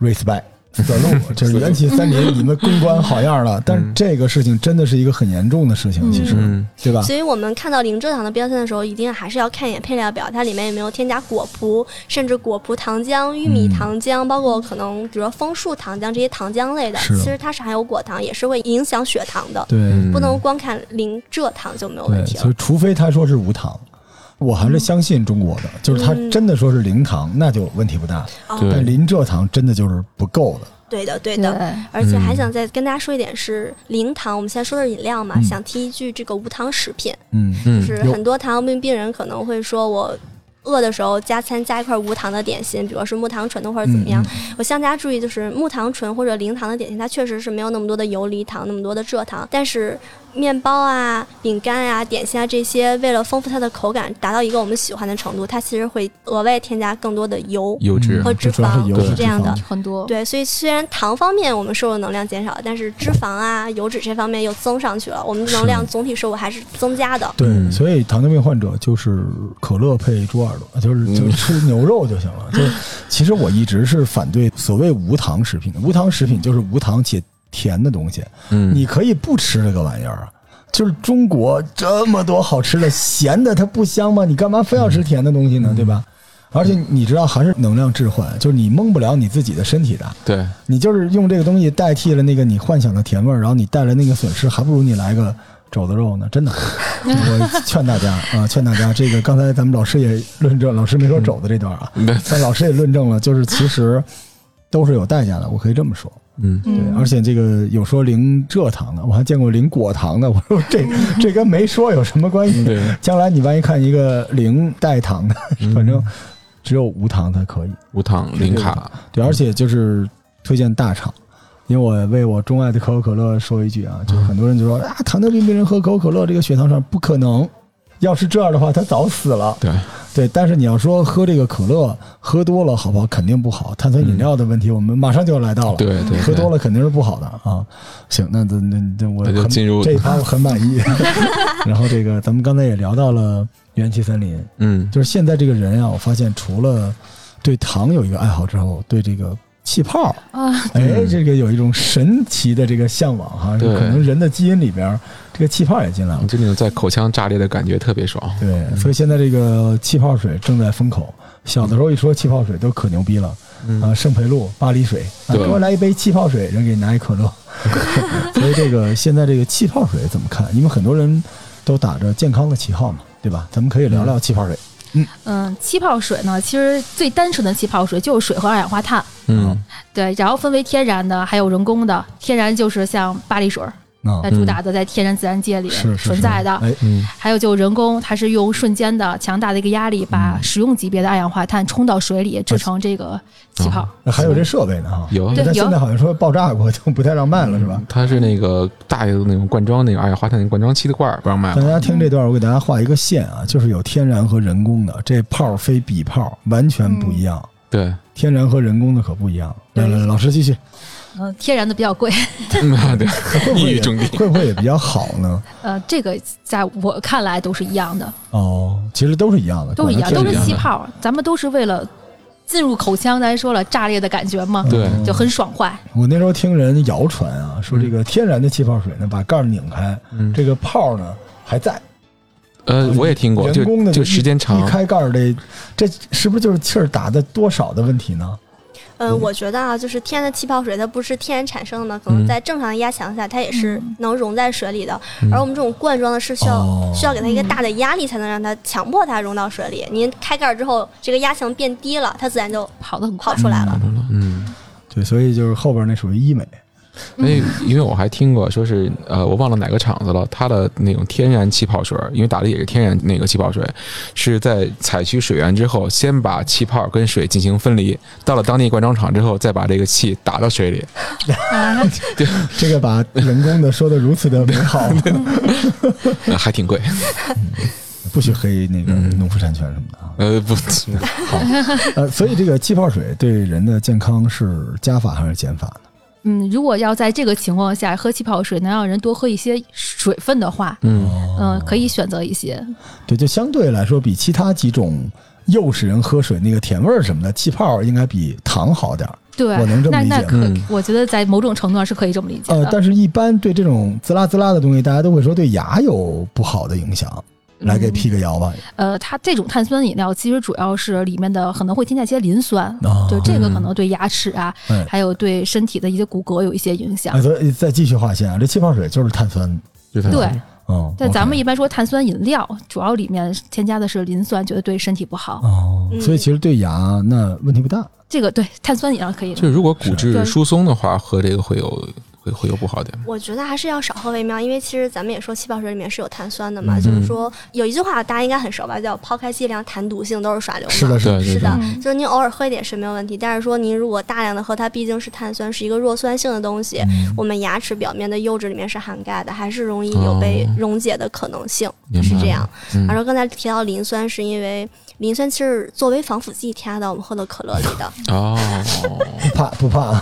A: ，respect。死 路就是元气森林，你们公关好样的，但是这个事情真的是一个很严重的事情，其实
B: 嗯
A: 对吧？
C: 所以我们看到零蔗糖的标签的时候，一定还是要看一眼配料表，它里面有没有添加果葡，甚至果葡糖浆、玉米糖浆，包括可能比如说枫树糖浆这些糖浆类的，
A: 是
C: 其实它是含有果糖，也是会影响血糖的。
A: 对
B: 嗯
C: 不能光看零蔗糖就没有问
A: 对，
C: 题啊
A: 所
C: 了
A: 以。除非他说是无糖，我还是相信中国的，
C: 嗯
A: 就是他真的说是零糖，那就问题不大。
C: 哦
B: 对
A: 但零蔗糖真的就是不够的。
C: 对的，对
D: 对
C: 的。而且还想再跟大家说一点是零糖，我们现在说的是饮料嘛，
A: 嗯
C: 想提一句这个无糖食品，
A: 嗯，
C: 就
B: 嗯
C: 是
A: 有
C: 很多糖尿病病人可能会说我。饿的时候加餐加一块无糖的点心，比如是木糖醇的或者怎么样。我向大家注意，就是木糖醇或者零糖的点心，它确实是没有那么多的游离糖，那么多的蔗糖。但是面包啊、饼干啊、点心啊这些，为了丰富它的口感，达到一个我们喜欢的程度，它其实会额外添加更多的油。
B: 优质
C: 和脂
A: 主要
C: 肪
A: 是油
B: 是
A: 脂
C: 这样的
A: 肪
D: 很多。
C: 对，所以虽然糖方面我们摄入能量减少了，但是脂肪啊、油脂这方面又增上去了，我们的能量总体摄入还是增加的。
A: 对，
B: 嗯
A: 所以糖尿病患者就是可乐配猪耳朵，
B: 嗯
A: 就是就吃牛肉就行了。 就是其实我一直是反对所谓无糖食品的，无糖食品就是无糖且甜的东西，
B: 嗯
A: 你可以不吃这个玩意儿啊。就是中国这么多好吃的，咸的它不香吗？你干嘛非要
B: 嗯
A: 吃甜的东西呢？对吧？而且你知道，还是能量置换，就是你蒙不了你自己的身体的。
B: 对
A: 你就是用这个东西代替了那个你幻想的甜味儿，然后你带来那个损失，还不如你来个肘子肉呢。真的， 我劝大家啊，劝大家，这个刚才咱们老师也论证，老师没说肘子这段啊，
B: 对
A: 但老师也论证了，就是其实都是有代价的，我可以这么说。
B: 嗯
A: 对，而且这个有说零蔗糖的，我还见过零果糖的。我说这 这跟没说有什么关系？
B: 对嗯
A: 将来你万一看一个零代糖的，反正只有无糖才可以。
B: 无糖零卡
A: 对，而且就是推荐大厂，因为我为我钟爱的可口可乐说一句啊，
B: 嗯
A: 就是很多人就说啊，糖尿病病人喝可口可乐，这个血糖上不可能。要是这样的话，他早死了。
B: 对
A: 对，但是你要说喝这个可乐喝多了好不好？肯定不好。碳酸饮料的问题，我们马上就要来到了。
B: 对对
A: 喝多了肯定是不好的啊。行，那那那那我
B: 那就
A: 很
B: 进入
A: 这一趴，我很满意。 然后这个咱们刚才也聊到了元气森林，
B: 嗯
A: 就是现在这个人啊，我发现除了对糖有一个爱好之后，对这个气泡，
D: 啊，
A: 哎，
B: 嗯
A: 这个有一种神奇的这个向往哈、
B: 对嗯
A: 可能人的基因里边这个气泡也进来了。
B: 就那种在口腔炸裂的感觉特别爽
A: 对，所以现在这个气泡水正在风口。小的时候一说气泡水都可牛逼了，啊，圣培露、巴黎水，啊，
B: 嗯对
A: 给我来一杯气泡水，人给你拿一可 乐。所以这个现在这个气泡水怎么看？因为很多人都打着健康的旗号嘛，对吧？咱们可以聊聊气泡水。
D: 嗯，气泡水呢，其实最单纯的气泡水就是水和二氧化碳，
A: 啊
B: 嗯
D: 对，然后分为天然的，还有人工的。天然就是像巴黎水，呃
A: 啊
D: 它，主打的在天然自然界里
A: 是是
D: 嗯存在的。
A: 哎，
B: 嗯
D: 还有就是人工，它是用瞬间的强大的一个压力，
A: 嗯
D: 把食用级别的二氧化碳冲到水里，制成这个气泡。
A: 那还有这设备呢哈。
B: 有啊
D: 对
A: 但
D: 有
A: 现在好像说爆炸过，就不太让卖了，是吧？
B: 它是那个大的那种灌装那个二氧化碳那个灌装器的罐儿不让卖
A: 大
B: 了。
A: 家听这段，我给大家画一个线啊，就是有天然和人工的，这泡儿非彼泡儿完全不一样，
D: 嗯
B: 对，
A: 天然和人工的可不一样。来来，来老师继 续，
D: 嗯，天然的比较贵。
B: 嗯对，
A: 会不
B: 一
A: 会
B: 语
A: 也
B: 中的。
A: 会不会也比较好 呢？
D: 呃，这个在我看来都是一样的，
A: 哦，其实都是一样的，
D: 都是一样，
A: 管
D: 都
A: 它
D: 是
A: 天然
D: 气泡，咱们都是为了进入口腔，咱说了炸裂的感觉嘛，
A: 嗯哦
B: 对
D: 就很爽快。
A: 我那时候听人谣传啊，说这个天然的气泡水呢，把盖儿拧开，
B: 嗯
A: 这个泡儿呢还在，
B: 呃，我也听过，
A: 人工的
B: 就就
A: 一
B: 时间长
A: 一，开盖儿这这是不是就是气儿打的多少的问题呢？
C: 嗯，我觉得啊，就是天然的气泡水，它不是天然产生的嘛，可能
A: 嗯
C: 在正常的压强下，它也是能溶在水里的。而我们这种罐装的，是需要、
A: 嗯哦
C: 需要给它一个大的压力，才能让它强迫它溶到水里。您开盖儿之后，这个压强变低了，它自然就
D: 跑得很快
C: 跑，出来了。
B: 嗯。
A: 对，所以就是后边那属于医美，
B: 哎，因为我还听过，说是呃，我忘了哪个厂子了，它的那种天然气泡水，因为打的也是天然那个气泡水，是在采取水源之后，先把气泡跟水进行分离，到了当地灌装厂之后，再把这个气打到水里。
D: 啊，
A: 这个把人工的说的如此的美好，
B: 呃还挺贵。
A: 不许黑那个农夫山泉什么的啊。
B: 呃，不，
A: 呃，所以这个气泡水对人的健康是加法还是减法呢？
D: 嗯，如果要在这个情况下喝气泡水能让人多喝一些水分的话，
B: 嗯，
A: 哦
D: 嗯，可以选择一些，
A: 对，就相对来说，比其他几种诱使人喝水那个甜味儿什么的，气泡应该比糖好点儿。
D: 对
A: 我能这，么
D: 那
A: 理解
D: 那可
B: 嗯，
D: 我觉得在某种程度上是可以这么理解
A: 呃，
D: 的。
A: 但是一般对这种滋啦滋啦的东西，大家都会说对牙有不好的影响。
D: 嗯
A: 来给辟个谣吧。
D: 呃，它这种碳酸饮料其实主要是里面的可能会添加一些磷酸，
A: 啊
D: 就这个可能对牙齿啊，
A: 嗯
D: 还有对身体的一些骨骼有一些影响
A: 啊，。所以再继续划线啊，这气泡水就是碳酸，
B: 对
D: 对，
A: 嗯，
D: 但咱们
A: OK
D: 一般说碳酸饮料，主要里面添加的是磷酸，觉得对身体不好。
A: 哦，
B: 嗯
A: 所以其实对牙那问题不大。
D: 这个对碳酸饮料可以的
B: 就。是如果骨质
D: 对
B: 疏松的话，喝这个会有会会有不好点。
C: 我觉得还是要少喝为妙，因为其实咱们也说气泡水里面是有碳酸的嘛，
A: 嗯
C: 就是说有一句话大家应该很熟吧，叫“抛开剂量谈毒性，都是耍流氓”。
A: 是的，是的，
B: 对对
C: 是
B: 对
C: 的，就是您偶尔喝一点是没有问题，但是说您如果大量的喝，它毕竟是碳酸，是一个弱酸性的东西，
B: 嗯
C: 我们牙齿表面的釉质里面是涵盖的，还是容易有被
B: 哦
C: 溶解的可能性，
B: 明白
C: 是这样
B: 了。嗯
C: 然后刚才提到磷酸，是因为磷酸其实作为防腐剂添加到我们喝的可乐里的。
B: 哦，
A: 不 怕不怕，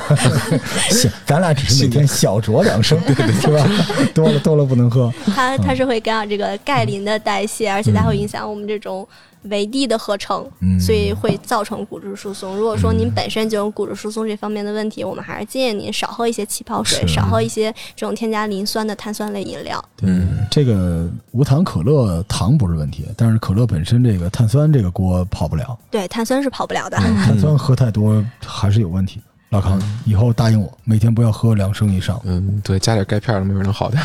A: 行，咱俩只是每天小酌两声， 是吧？多了多了不能喝。
C: 它它是会干扰这个钙
A: 嗯
C: 磷的代谢，而且它会影响我们这种维 D 的合成，
A: 嗯
C: 所以会造成骨质疏松。如果说您本身就有骨质疏松这方面的问题，我们还是建议您少喝一些气泡水，
A: 是嗯
C: 少喝一些这种添加磷酸的碳酸类饮料。
B: 嗯，，
A: 这个无糖可乐糖不是问题，但是可乐本身这个碳酸这个锅跑不了，
C: 对，碳酸是跑不了的。
A: 碳酸喝太多还是有问题。老康，以后答应我，每天不要喝两升以上
B: 嗯，对，加点钙片儿，没准能好点。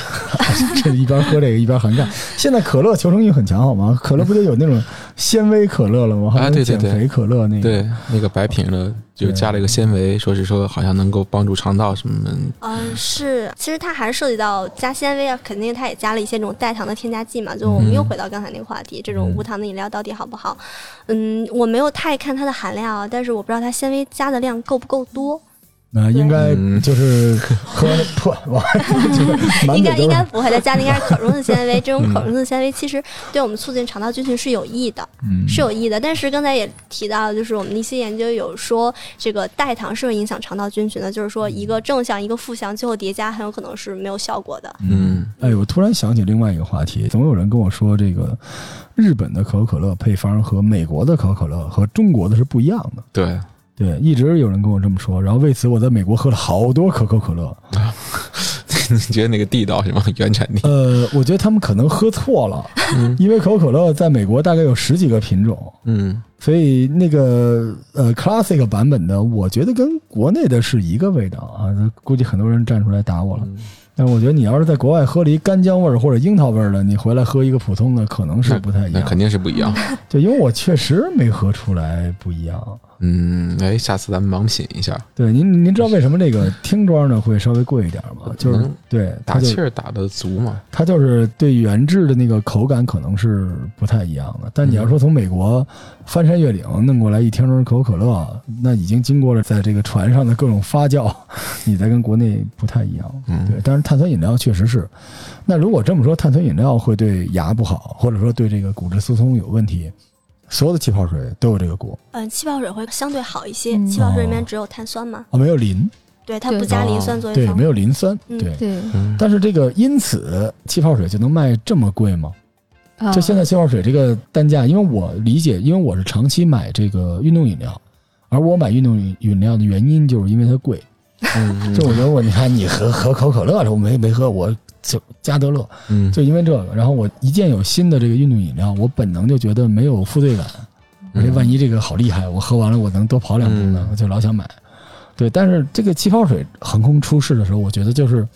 A: 这一边喝这个一边含钙。现在可乐求生欲很强，好吗？可乐不就有那种纤维可乐了吗？还
B: 啊
A: 有
B: 对
A: 减
B: 对对
A: 肥可乐那个。
B: 对，那个白瓶的就加了一个纤维，说是说好像能够帮助肠道什么的。
C: 嗯，是，其实它还是涉及到加纤维啊，肯定它也加了一些这种代糖的添加剂嘛。就我们
A: 嗯
C: 又回到刚才那个话题，这种无糖的饮料到底好不好？嗯，我没有太看它的含量啊，但是我不知道它纤维加的量够不够多。
A: 那啊应该
B: 嗯
A: 就是喝 破，哇，就是满
C: 应
A: 嘴
C: 该
A: 都是
C: 应该不会，它加的应该是可溶性纤维。这种可溶性纤维其实对我们促进肠道菌群是有益的，
A: 嗯
C: 是有益的。但是刚才也提到，就是我们的一些研究有说，这个代糖是会影响肠道菌群的，就是说一个
A: 嗯
C: 正向一个负向，最后叠加很有可能是没有效果的。
B: 嗯，
A: 哎，我突然想起另外一个话题，总有人跟我说，这个日本的可口可乐配方和美国的可口可乐和中国的是不一样的。
B: 对，
A: 对，一直有人跟我这么说，然后为此我在美国喝了好多可口可乐，
B: 觉得那个地道是吗？原产地
A: 呃，我觉得他们可能喝错了，因为可口可乐在美国大概有十几个品种，
B: 嗯
A: 所以那个呃 classic 版本的，我觉得跟国内的是一个味道啊，估计很多人站出来打我
B: 嗯
A: 了。但我觉得你要是在国外喝了一干姜味儿或者樱桃味儿的，你回来喝一个普通的，可能是不太一
B: 那
A: 样。
B: 肯定是不一样。
A: 对，因为我确实没喝出来不一样。
B: 嗯，哎，下次咱们盲品一下，
A: 对，您您知道为什么这个听装呢会稍微贵一点吗？就是、
B: 嗯
A: 对，它
B: 打
A: 就
B: 气儿打的足嘛。
A: 它就是对原制的那个口感可能是不太一样的。但你要说从美国翻山越岭弄过来一听都是可口可乐，那已经经过了在这个船上的各种发酵，你再跟国内不太一样。
B: 嗯
A: 对，但是碳酸饮料确实是。那如果这么说，碳酸饮料会对牙不好，或者说对这个骨质疏松有问题，所有的气泡水都有这个果
C: 嗯，气泡水会相对好一些，
D: 嗯
C: 气泡水里面只有碳酸嘛，
A: 啊，没有磷，
C: 对，它
D: 对
C: 不加磷酸作为
A: 哦对，
C: 防
A: 没有磷酸，
C: 嗯
A: 对。
D: 对，
B: 嗯，
A: 但是这个因此气泡水就能卖这么贵吗？
D: 啊
A: 就现在气泡水这个单价，因为我理解，因为我是长期买这个运动饮料，而我买运动饮饮料的原因就是因为它贵。
B: 嗯
A: 就我觉得我，你看你喝喝可口可乐了，我没没喝，我就加德乐，
B: 嗯
A: 就因为这个。然后我一见有新的这个运动饮料，我本能就觉得没有负罪感，而且万一这个好厉害，我喝完了我能多跑两步呢
B: 嗯，
A: 我就老想买。对，但是这个气泡水横空出世的时候，我觉得就是，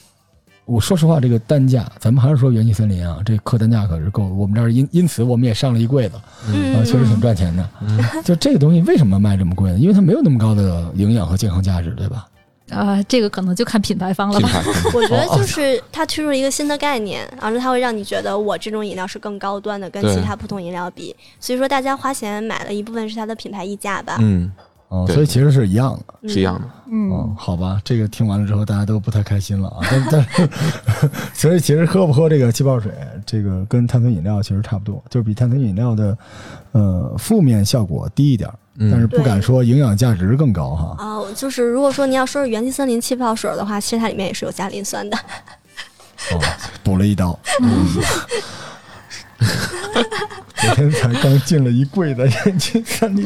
A: 我说实话，这个单价，咱们还是说元气森林啊，这客单价可是够。我们这儿因因此我们也上了一柜子啊，
C: 嗯，
A: 确实挺赚钱的。
B: 嗯
A: 就这个东西为什么卖这么贵呢？因为它没有那么高的营养和健康价值，对吧？
D: 啊，这个可能就看品牌方了
B: 品
D: 吧。
B: 牌，
C: 我觉
B: 哦
C: 得就是它推出了一个新的概念，然后它会让你觉得我这种饮料是更高端的，跟
B: 对
C: 其他普通饮料比。所以说大家花钱买了一部分是它的品牌溢价吧。
B: 嗯，
A: 哦，
B: 对
A: 所以其实是一样的。
C: 嗯
B: 是一样的。
A: 嗯
D: 嗯，，
A: 好吧，这个听完了之后，大家都不太开心了啊。但 但是，所以其实喝不喝这个气泡水，这个跟碳酸饮料其实差不多，就是比碳酸饮料的呃负面效果低一点儿，
B: 嗯
A: 但是不敢
C: 对
A: 说营养价值更高哈。
C: 啊、就是如果说你要说是元气森林气泡水的话，其实它里面也是有加磷酸的。
A: 哦，补了一刀。昨天才刚进了一柜 子眼睛三里，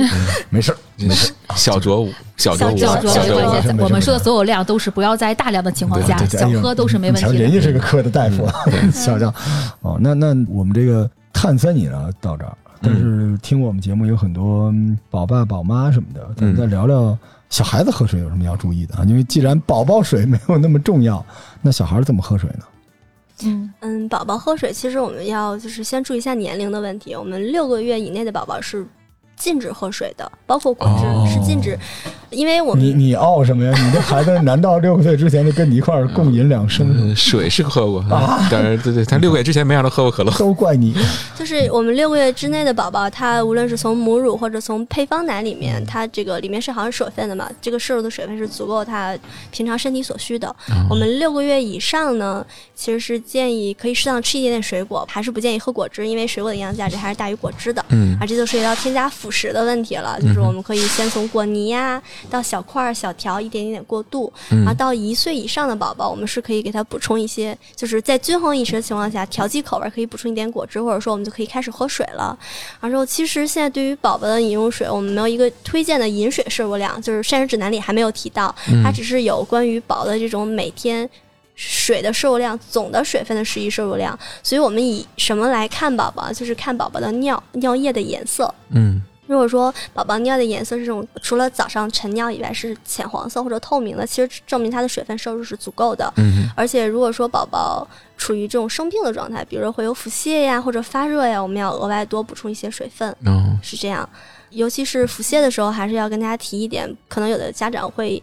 A: 没事儿，没事儿。
B: 嗯小酌五，小酌五，
C: 小酌
D: 小酌
C: 五
B: 小
C: 对
B: 酌
A: 对
D: 我们说的所有量都是不要在大量的情况下
A: 对对
D: 小
A: 哎呦
D: 喝都是没问
A: 你
D: 题
A: 瞧人
D: 的。嗯
A: 家是个科的大夫，啊 小将。哦，那那我们这个碳酸饮料到这儿，但是听我们节目有很多嗯宝爸宝妈什么的，咱们再聊聊小孩子喝水有什么要注意的啊？因为既然宝宝水没有那么重要，那小孩儿怎么喝水呢？
D: 嗯，
C: 嗯，宝宝喝水，其实我们要就是先注意一下年龄的问题。我们六个月以内的宝宝是禁止喝水的，包括果汁、
B: 哦
C: 是禁止，因为我们
A: 你你傲什么呀？你这孩子难道六个岁之前就跟你一块儿共饮两升吗？
B: 嗯，水是喝过，
A: 啊
B: 但是对对，他
A: 嗯
B: 六个月之前没让他喝过可乐。
A: 都怪
D: 嗯
A: 你。
C: 就是我们六个月之内的宝宝，他无论是从母乳或者从配方奶里面，它这个里面是含有水分的嘛，这个摄入的水分是足够他平常身体所需的。我们六个月以上呢，其实是建议可以适当吃一点点水果，还是不建议喝果汁，因为水果的营养价值还是大于果汁的。
B: 嗯
C: 啊，这就涉及到添加辅食的问题了，就是我们可以先从果泥呀、到小块儿、小条，一点一点过渡，
B: 嗯
C: 然后啊到一岁以上的宝宝，我们是可以给他补充一些，就是在均衡饮食的情况下，调剂口味儿可以补充一点果汁，或者说我们就可以开始喝水了。然后其实现在对于宝宝的饮用水，我们没有一个推荐的饮水摄入量，就是膳食指南里还没有提到，它只是有关于宝的这种每天。水的摄入量，总的水分的实际摄入量，所以我们以什么来看宝宝？就是看宝宝的尿尿液的颜色。
B: 嗯
C: 如果说宝宝尿的颜色是这种，除了早上晨尿以外是浅黄色或者透明的，其实证明它的水分摄入是足够的。
B: 嗯
C: 而且如果说宝宝处于这种生病的状态，比如说会有腹泻呀或者发热呀，我们要额外多补充一些水分，
B: 嗯，
C: 是这样。尤其是腹泻的时候，还是要跟大家提一点，可能有的家长会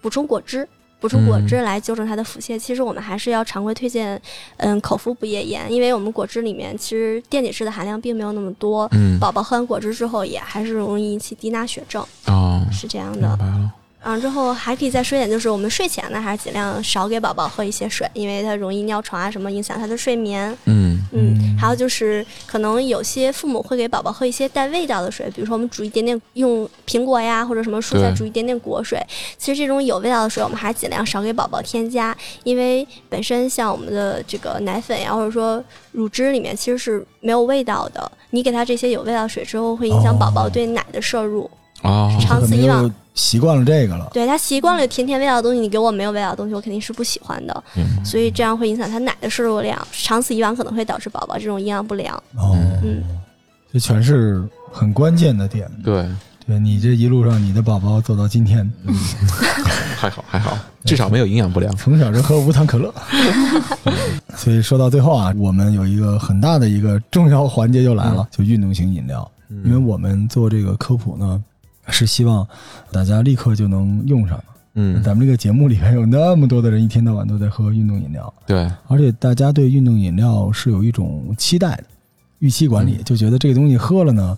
C: 补充果汁。补充果汁来纠正他的腹泻，其实我们还是要常规推荐，嗯，口服补液盐，因为我们果汁里面其实电解质的含量并没有那么多，
B: 嗯
C: 宝宝喝完果汁之后也还是容易引起低钠血症，
B: 哦，
C: 是这样
B: 明
C: 的。
B: 白了。
C: 嗯，之后还可以再说一点，就是我们睡前呢，还是尽量少给宝宝喝一些水，因为他容易尿床啊什么，影响他的睡眠。
B: 嗯
C: 嗯，还有就是，可能有些父母会给宝宝喝一些带味道的水，比如说我们煮一点点用苹果呀或者什么蔬菜
B: 对
C: 煮一点点果水。其实这种有味道的水，我们还是尽量少给宝宝添加，因为本身像我们的这个奶粉呀，或者说乳汁里面其实是没有味道的。你给他这些有味道的水之后，会影响宝宝对奶的摄入。
B: 哦，
A: 他
C: 长
A: 可
C: 此
A: 能
C: 以
D: 啊
C: 往
A: 就习惯了这个了。
C: 对他习惯了有甜甜味道的东西，你给我没有味道的东西，我肯定是不喜欢的。
B: 明白
C: 所以这样会影响他奶的摄入量，长此以往可能会导致宝宝这种营养不良。
A: 哦，
C: 嗯，
A: 这全是很关键的点。
B: 对，
A: 对你这一路上，你的宝宝走到今天，
B: 嗯还好还好，至少没有营养不良。
A: 从小就喝无糖可 乐。所以说到最后啊，我们有一个很大的一个重要环节又来
B: 嗯
A: 了，就运动型饮料。因为我们做这个科普呢，是希望大家立刻就能用上。
B: 嗯，
A: 咱们这个节目里面有那么多的人一天到晚都在喝运动饮料，
B: 对，
A: 而且大家对运动饮料是有一种期待的，预期管理，
B: 嗯
A: 就觉得这个东西喝了呢，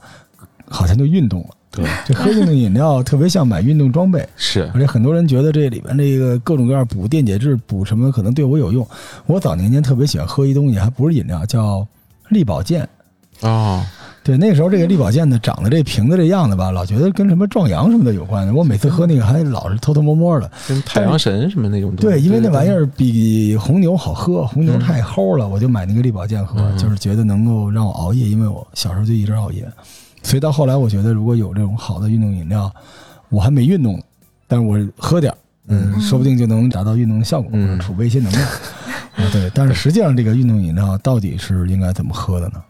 A: 好像就运动了。
B: 对，
A: 这喝运动饮料特别像买运动装备，
B: 是
A: 而且很多人觉得这里边这个各种各样补电解质、补什么可能对我有用。我早年间特别喜欢喝一东西，还不是饮料，叫力保健。
B: 哦，
A: 对，那时候这个力保健呢，长得这瓶子这样子吧，老觉得跟什么壮阳什么的有关我每次喝那个还老是偷偷摸摸的。
B: 跟太阳神什么那种东西。
A: 对，因为那玩意
B: 对，
A: 儿比红牛好喝，红牛太齁了，我就买那个力保健喝，
B: 嗯
A: 就是觉得能够让我熬夜，因为我小时候就一直熬夜，所以到后来我觉得如果有这种好的运动饮料，我还没运动呢，但是我喝点儿，嗯，
D: 嗯
A: 说不定就能达到运动的效果，或
B: 嗯
A: 者储备一些能量。啊，对，但是实际上这个运动饮料到底是应该怎么喝的呢？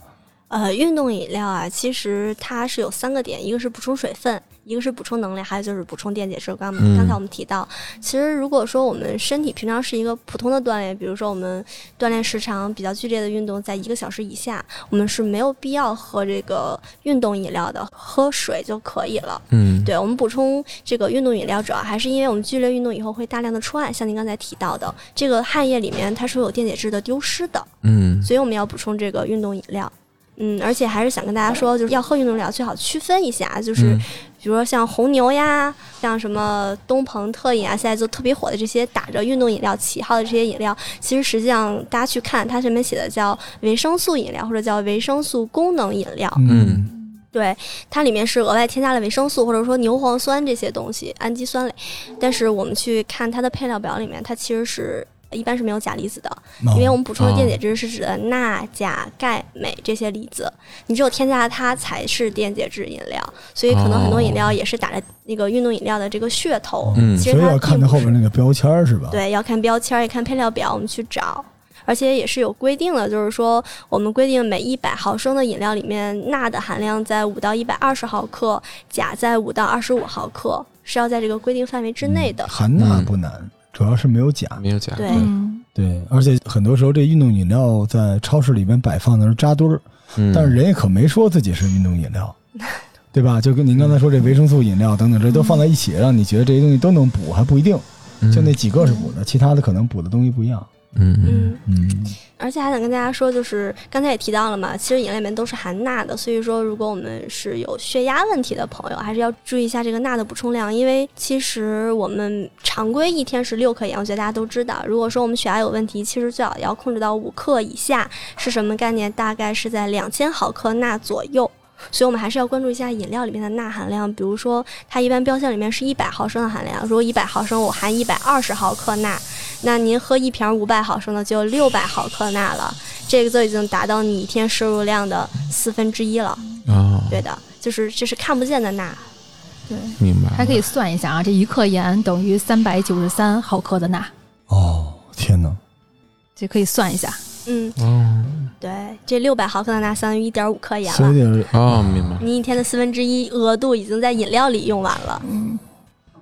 C: 呃，运动饮料啊，其实它是有三个点，一个是补充水分，一个是补充能量，还有就是补充电解质。刚
B: 嗯
C: 刚才我们提到，其实如果说我们身体平常是一个普通的锻炼，比如说我们锻炼时长比较剧烈的运动在一个小时以下，我们是没有必要喝这个运动饮料的，喝水就可以了。
B: 嗯，
C: 对我们补充这个运动饮料，主要还是因为我们剧烈运动以后会大量的出汗，像您刚才提到的，这个汗液里面它是有电解质的丢失的，
B: 嗯，
C: 所以我们要补充这个运动饮料。嗯，而且还是想跟大家说，就是要喝运动饮料最好区分一下，就是
B: 嗯
C: 比如说像红牛呀，像什么东鹏特饮啊，现在就特别火的这些打着运动饮料旗号的这些饮料，其实实际上大家去看，它上面写的叫维生素饮料或者叫维生素功能饮料，
B: 嗯
C: 对，它里面是额外添加了维生素或者说牛磺酸这些东西，氨基酸类。但是我们去看它的配料表里面，它其实是一般是没有钾离子的，
A: 哦
C: 因为我们补充的
B: 哦
C: 电解质是指的钠、钾、钙、镁这些离子，你只有添加了它才是电解质饮料。所以可能很多饮料也是打着那个运动饮料的这个噱头，
B: 嗯
C: 其
A: 哦所
C: 实
A: 以
C: 它
A: 要看
C: 并
A: 它
C: 不
A: 后
C: 是
A: 面那个标签儿是吧？，
C: 对，要看标签儿，也看配料表，我们去找。而且也是有规定的，就是说我们规定每一百毫升的饮料里面钠的含量在五到一百二十毫克，钾在五到二十五毫克，是要在这个规定范围之内的。
A: 含钠不难，主要是没有钾。
B: 没有假。
A: 哎
C: 对
D: 嗯，
A: 对，而且很多时候这运动饮料在超市里面摆放的是扎堆儿，
B: 嗯
A: 但是人也可没说自己是运动饮料，对吧？就跟您刚才说这维生素饮料等等，这都放在一起，让你觉得这些东西都能补，还不一定，就那几个是补的，其他的可能补的东西不一样。
B: 嗯嗯
C: 嗯，
A: 嗯，
C: 而且还想跟大家说，就是刚才也提到了嘛，其实饮料里面都是含钠的，所以说如果我们是有血压问题的朋友，还是要注意一下这个钠的补充量，因为其实我们常规一天是六克盐，我觉得大家都知道。如果说我们血压有问题，其实最好要控制到五克以下，是什么概念？大概是在两千毫克钠左右。所以，我们还是要关注一下饮料里面的钠含量。比如说，它一般标签里面是一百毫升的含量，如果一百毫升我含一百二十毫克钠，那您喝一瓶五百毫升的就六百毫克钠了，这个就已经达到你一天摄入量的四分之一了。
B: 哦，
C: 对的，就是这是看不见的钠。
D: 对，
B: 明白了。
D: 还可以算一下啊，这一克盐等于三百九十三毫克的钠，
A: 哦，天哪，
D: 这可以算一下。
C: 嗯，
B: 哦
C: 对，这六百毫克的钠相当于一点五克盐
A: 所以
C: 了。
A: 得
B: 哦，明白。
C: 你一天的四分之一额度已经在饮料里用完了。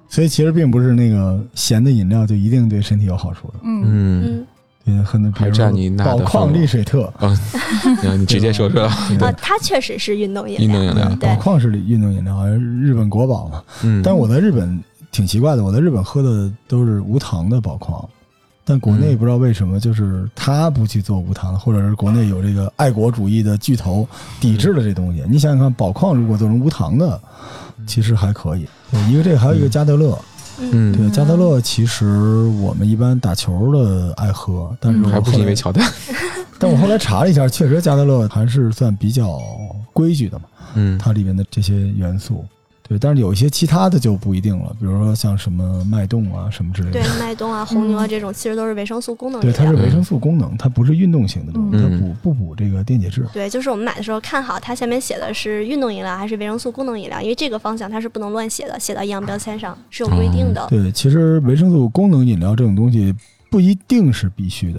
A: 所以其实并不是那个咸的饮料就一定对身体有好处的，
D: 嗯，
B: 嗯，
C: 嗯，
A: 对，很多比
B: 还
A: 如
B: 占你钠的
A: 宝矿
B: 份额嗯
A: 力水特，
B: 哦，你直接说出来。
C: 啊
A: 对，
C: 它确实是运动饮
B: 运
C: 料。
B: 动饮料，
A: 宝矿是运动饮料，好像日本国宝嘛。
B: 嗯，
A: 但我在日本挺奇怪的，我在日本喝的都是无糖的宝矿，但国内
B: 嗯
A: 不知道为什么，就是他不去做无糖的，或者是国内有这个爱国主义的巨头抵制了这东西。
B: 嗯
A: 你想想看，宝矿如果做成无糖的，其实还可以。对，一个这个，还有一个加德乐。
C: 嗯，
B: 嗯，
A: 对，加德乐其实我们一般打球的爱喝，但是我
B: 还不
A: 后
B: 是因
A: 来
B: 为乔丹。
A: 但我后来查了一下，确实加德乐还是算比较规矩的嘛，
B: 嗯
A: 它里面的这些元素。对，但是有一些其他的就不一定了，比如说像什么脉动啊什么之类的
C: 对，脉动啊、红牛啊这种，其实都是维生素功能
A: 对，
C: 类
A: 它是
C: 的。
A: 维生素功能，它不是运动型的东西，它
B: 嗯
A: 补不补这个电解质。
C: 对，就是我们买的时候看好它下面写的是运动饮料还是维生素功能饮料，因为这个方向它是不能乱写的，写到营养标签上是有规定的。
A: 对，其实维生素功能饮料这种东西不一定是必须的，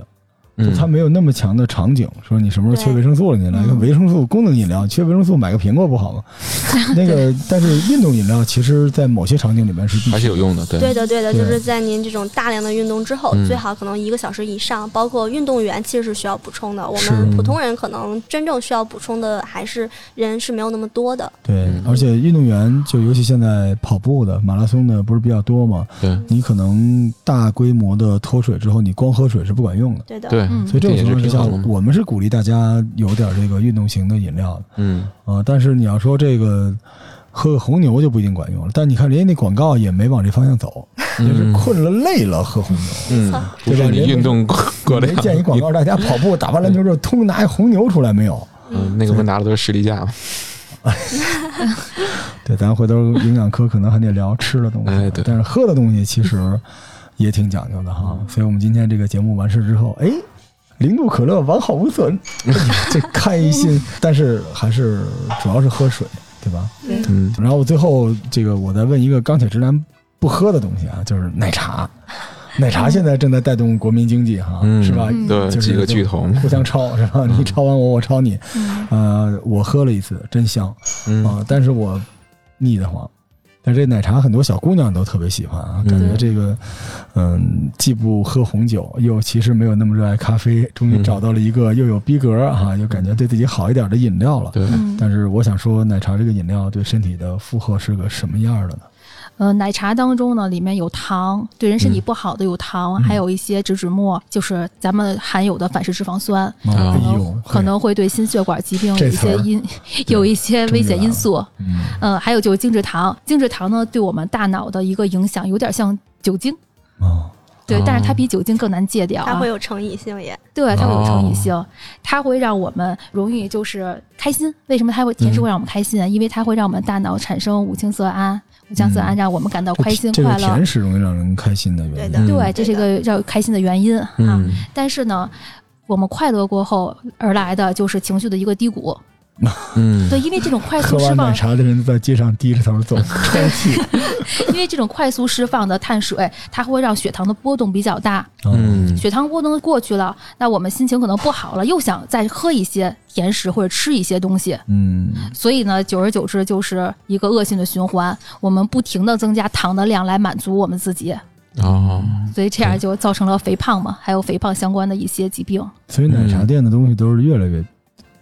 A: 就
B: 嗯，
A: 它没有那么强的场景，说你什么时候缺
C: 对
A: 维生素了，你来个
D: 嗯
A: 维生素功能饮料，缺维生素买个苹果不好吗？那个，但是运动饮料其实在某些场景里面是必须
B: 还是有用的，对，
C: 对的，对的，
A: 对
C: 就是在您这种大量的运动之后，
B: 嗯
C: 最好可能一个小时以上，包括运动员其实是需要补充的。我
B: 是
C: 们普通人可能真正需要补充的还是人是没有那么多的。
A: 对
B: 嗯，
A: 而且运动员就尤其现在跑步的、马拉松的不是比较多吗？
B: 对
A: 你可能大规模的脱水之后，你光喝水是不管用的。
C: 对的，
B: 对，
D: 嗯
A: 所以这种
B: 也
A: 情
B: 是
A: 况之
B: 平
A: 下
B: 衡，的，
A: 我们是鼓励大家有点这个运动型的饮料的
B: 嗯，
A: 啊、但是你要说这个喝个红牛就不一定管用了，但你看人家那广告也没往这方向走，就是困了累了喝红 牛。
B: 嗯，嗯不是你运动过过
A: 没
B: 量，
A: 见一广 告，大家跑步打完篮球之后，通拿一红牛出来没有？
B: 嗯，那个不是拿的都是士力架吗？
A: 对，咱回头营养科可能还得聊吃的东西，
B: 哎对
A: 但是喝的东西其实也挺讲究的
B: 嗯
A: 哈。所以我们今天这个节目完事之后，哎，零度可乐完好无 损，这开心。但是还是主要是喝水，对吧？
C: 嗯，
B: 嗯，
A: 然后最后这个我再问一个钢铁直男不喝的东西啊，就是奶 茶。奶茶现在正在带动国民经济哈，
B: 嗯
A: 是吧？
D: 嗯
B: 对，
A: 就是
B: 几个巨头，
A: 互相抄是吧？你抄完我，我抄你。
D: 嗯
A: 呃，我喝了一次，真香。
B: 嗯
A: 啊，但是我腻得慌。但这奶茶很多小姑娘都特别喜欢啊，感觉
D: 嗯
A: 这个，嗯，既不喝红酒，又其实没有那么热爱咖啡，终于
B: 嗯
A: 找到了一个又有逼格哈、又感觉对自己好一点的饮料了。
B: 对，
D: 嗯
A: 但是我想说，奶茶这个饮料对身体的负荷是个什么样的呢？
D: 呃，奶茶当中呢，里面有糖，对人身
A: 嗯
D: 体不好的有糖，还有一些植脂末，就是咱们含有的反式脂肪酸，
B: 啊
A: 哎呦，
D: 可能会对心血管疾病有
A: 这
D: 一
A: 词
D: 些
A: 儿
D: 因有一些危险因素。
A: 嗯，
D: 嗯，还有就是精制糖，精制糖呢对我们大脑的一个影响有点像酒精，
A: 哦，
D: 对，但是它
B: 哦
D: 比酒精更难戒掉、啊，
C: 它会有成瘾性也。
D: 对，它会有成
B: 哦
D: 瘾性，它会让我们容易就是开心。为什么它会甜食会让我们开心啊？因为它会让我们大脑产生五羟色胺，五羟色胺
A: 嗯
D: 让我们感到呃开心
A: 这个嗯
D: 快乐
A: 甜。食容易让人开心的原因。
C: 对的
D: 对，这是一个让开心的原因啊。
B: 嗯，
D: 但是呢，我们快乐过后而来的就是情绪的一个低谷。
C: 啊
B: 嗯，
D: 对，因为这种 快
A: 喝
D: 速释
A: 完奶
D: 放，
A: 茶的人在街上低着头走， 抽泣。
D: 因为这种快速释放的碳水，它会让血糖的波动比较大。
A: 哦
B: 嗯，
D: 血糖波动过去了，那我们心情可能不好了，又想再喝一些甜食或者吃一些东西。
A: 嗯，
D: 所以呢，久而久之就是一个恶性的循环，我们不停的增加糖的量来满足我们自己，
B: 哦，
D: 所以这样就造成了肥胖嘛，还有肥胖相关的一些疾病。
A: 所以奶茶店的东西都是越来越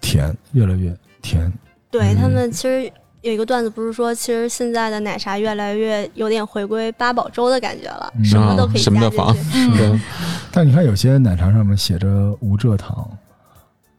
A: 甜，嗯越来越甜。
C: 对
B: 嗯
C: 他们其实有一个段子，不是说其实现在的奶茶越来越有点回归八宝粥的感觉了，
A: 嗯
C: 什么都
B: 啊
C: 可以
B: 什么
C: 加进
B: 都放
C: 去。
B: 对，
A: 但你看有些奶茶上面写着无蔗糖，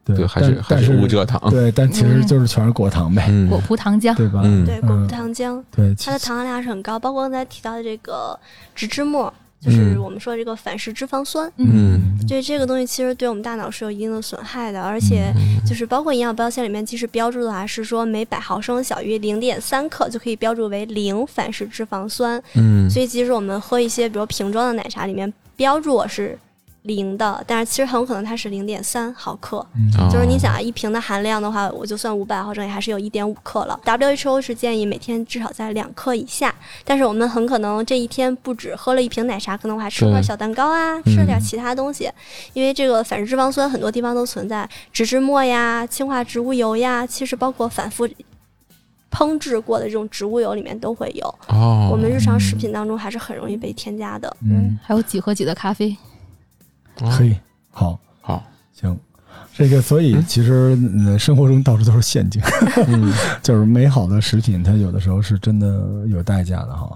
A: 对，
B: 对，还是
A: 但
B: 还
A: 但
B: 是
A: 是
B: 无蔗糖，
A: 对，但其实就是全是果糖呗，
B: 嗯
D: 果葡糖浆，
A: 对吧？
B: 嗯，
C: 对，果葡糖浆，
A: 对，
C: 它的
A: 其
C: 糖含量还是很高，包括刚才提到的这个植脂末，就是
B: 嗯
C: 我们说这个反式脂肪酸。
B: 嗯
C: 对这个东西，其实对我们大脑是有一定的损害的，而且就是包括营养标签里面，即使标注的话是说每百毫升小于零点三克就可以标注为零反式脂肪酸，
B: 嗯，
C: 所以即使我们喝一些比如瓶装的奶茶，里面标注我是零的，但是其实很有可能它是零点三毫克。
A: 嗯
B: 哦
C: 就是你想啊，一瓶的含量的话，我就算五百毫升也还是有一点五克了。WHO 是建议每天至少在两克以下，但是我们很可能这一天不止喝了一瓶奶茶，可能我还吃
B: 对
C: 块小蛋糕啊，吃了点其他东西，因为这个反式脂肪酸很多地方都存在，植脂末呀、氢化植物油呀，其实包括反复。烹制过的这种植物油里面都会有，
B: 哦，
C: 我们日常食品当中还是很容易被添加的。
A: 嗯，
D: 还有几和几的咖啡，
B: 哦
A: 可以，嗯好，
B: 好，
A: 行。这个，所以其实呃生活中到处都是陷阱，
B: 嗯，
A: 就是美好的食品，它有的时候是真的有代价的哈。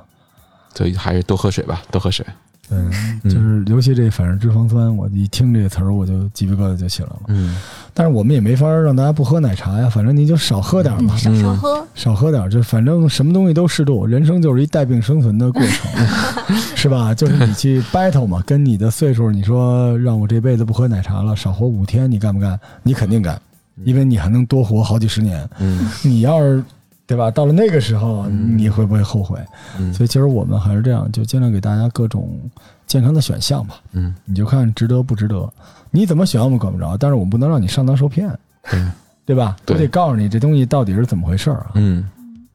B: 所以还是多喝水吧，多喝水，
A: 嗯，就是尤其这反式脂肪酸，我一听这个词儿我就鸡皮疙瘩就起来了。
B: 嗯
A: 但是我们也没法让大家不喝奶茶呀，反正你就少喝点儿嘛，
C: 嗯少少喝，
A: 少喝点儿，就反正什么东西都适度，人生就是一带病生存的过程，是吧？就是你去 battle 嘛，跟你的岁数，你说让我这辈子不喝奶茶了，少活五 天，你干不干？你肯定干，因为你还能多活好几十年。
B: 嗯
A: 你要是对吧？到了那个时候，
B: 嗯
A: 你会不会后悔？
B: 嗯
A: 所以其实我们还是这样，就尽量给大家各种健康的选项吧，
B: 嗯，
A: 你就看值得不值得。你怎么选我们管不着，但是我们不能让你上当受骗，
B: 对，
A: 对吧？
B: 对
A: 我得告诉你这东西到底是怎么回事儿啊。
B: 嗯，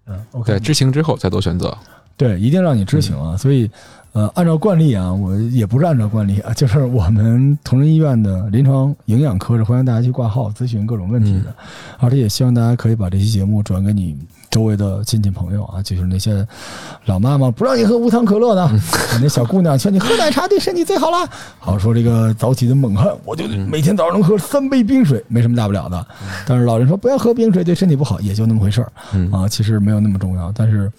A: 嗯，OK，
B: 对，知情之后再做选择，
A: 对，一定让你知情啊。所以，呃，按照惯例啊，我也不是按照惯例啊， 就是我们同仁医院的临床营养科是欢迎大家去挂号咨询各种问题的，而且也希望大家可以把这期节目转给你周围的亲戚朋友啊，就是那些老妈妈不让你喝无糖可乐呢， 那小姑娘劝你喝奶茶对身体最好啦，好说这个早起的猛汉，我就每天早上能喝三杯冰水，没什么大不了的。但是老人说不要喝冰水对身体不好，也就那么回事儿。
B: 嗯
A: 啊，其实没有那么重要，但是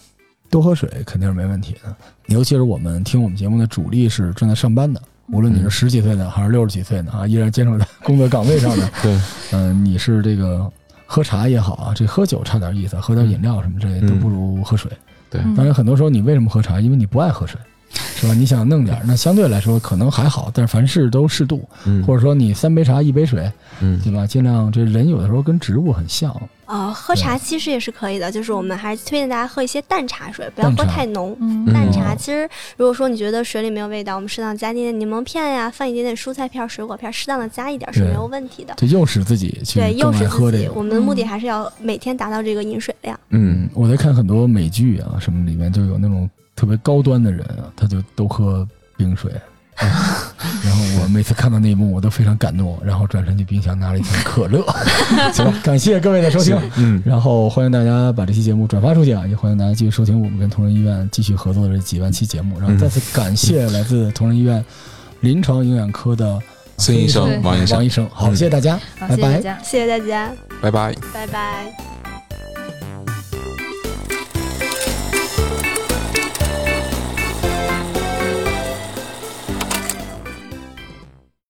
A: 多喝水肯定是没问题的。尤其是我们听我们节目的主力是正在上班的，无论你
B: 嗯
A: 是十几岁的还是六十几岁的啊，依然坚守在 工作岗位上的，
B: 对，
A: 嗯、你是这个喝茶也好啊，这喝酒差点意思，喝点饮料什么之类的都
B: 嗯
A: 不如喝水。
B: 对
D: 嗯
A: 当然，很多时候你为什么喝茶？因为你不爱喝水，是吧？你想弄点儿，那相对来说可能还好，但是凡事都适度，
B: 嗯，
A: 或者说你三杯茶一杯水，
B: 嗯
A: 对吧？尽量这人有的时候跟植物很像，
C: 呃，喝茶其实也是可以的，就是我们还是推荐大家喝一些淡茶水，不要
A: 淡
C: 喝
A: 茶
C: 太浓。
D: 嗯
C: 淡
B: 嗯
C: 茶其实，如果说你觉得水里没有味道，我们适当加一点点柠檬片呀、放一点点蔬菜片儿、水果片儿，适当的加一点是
A: 对
C: 没有问题的。
A: 就诱使自己去
C: 对，诱
A: 更爱
C: 使
A: 喝这
C: 自己，
A: 个。
C: 我们的目的
D: 嗯
C: 还是要每天达到这个饮水量。
B: 嗯
A: 嗯，我在看很多美剧啊什么里面就有那种特别高端的人啊，他就都喝冰水。然后我每次看到那一幕，我都非常感动，然后转身去冰箱拿了一瓶可乐。 行吧，感谢各位的收 听，
B: 嗯，
A: 然后欢迎大家把这期节目转发出去啊，也欢迎大家继续收听我们跟同仁医院继续合作的这几万期节目。然后再次感谢来自同仁医院临床营养科的
B: 孙医
D: 对
B: 生、王医
A: 王
B: 生，
A: 医生，好，谢谢大家，
D: 好，
A: 拜
D: 谢谢大
A: 拜。
D: 家。
C: 谢谢大家，
B: 拜拜。
C: 拜拜。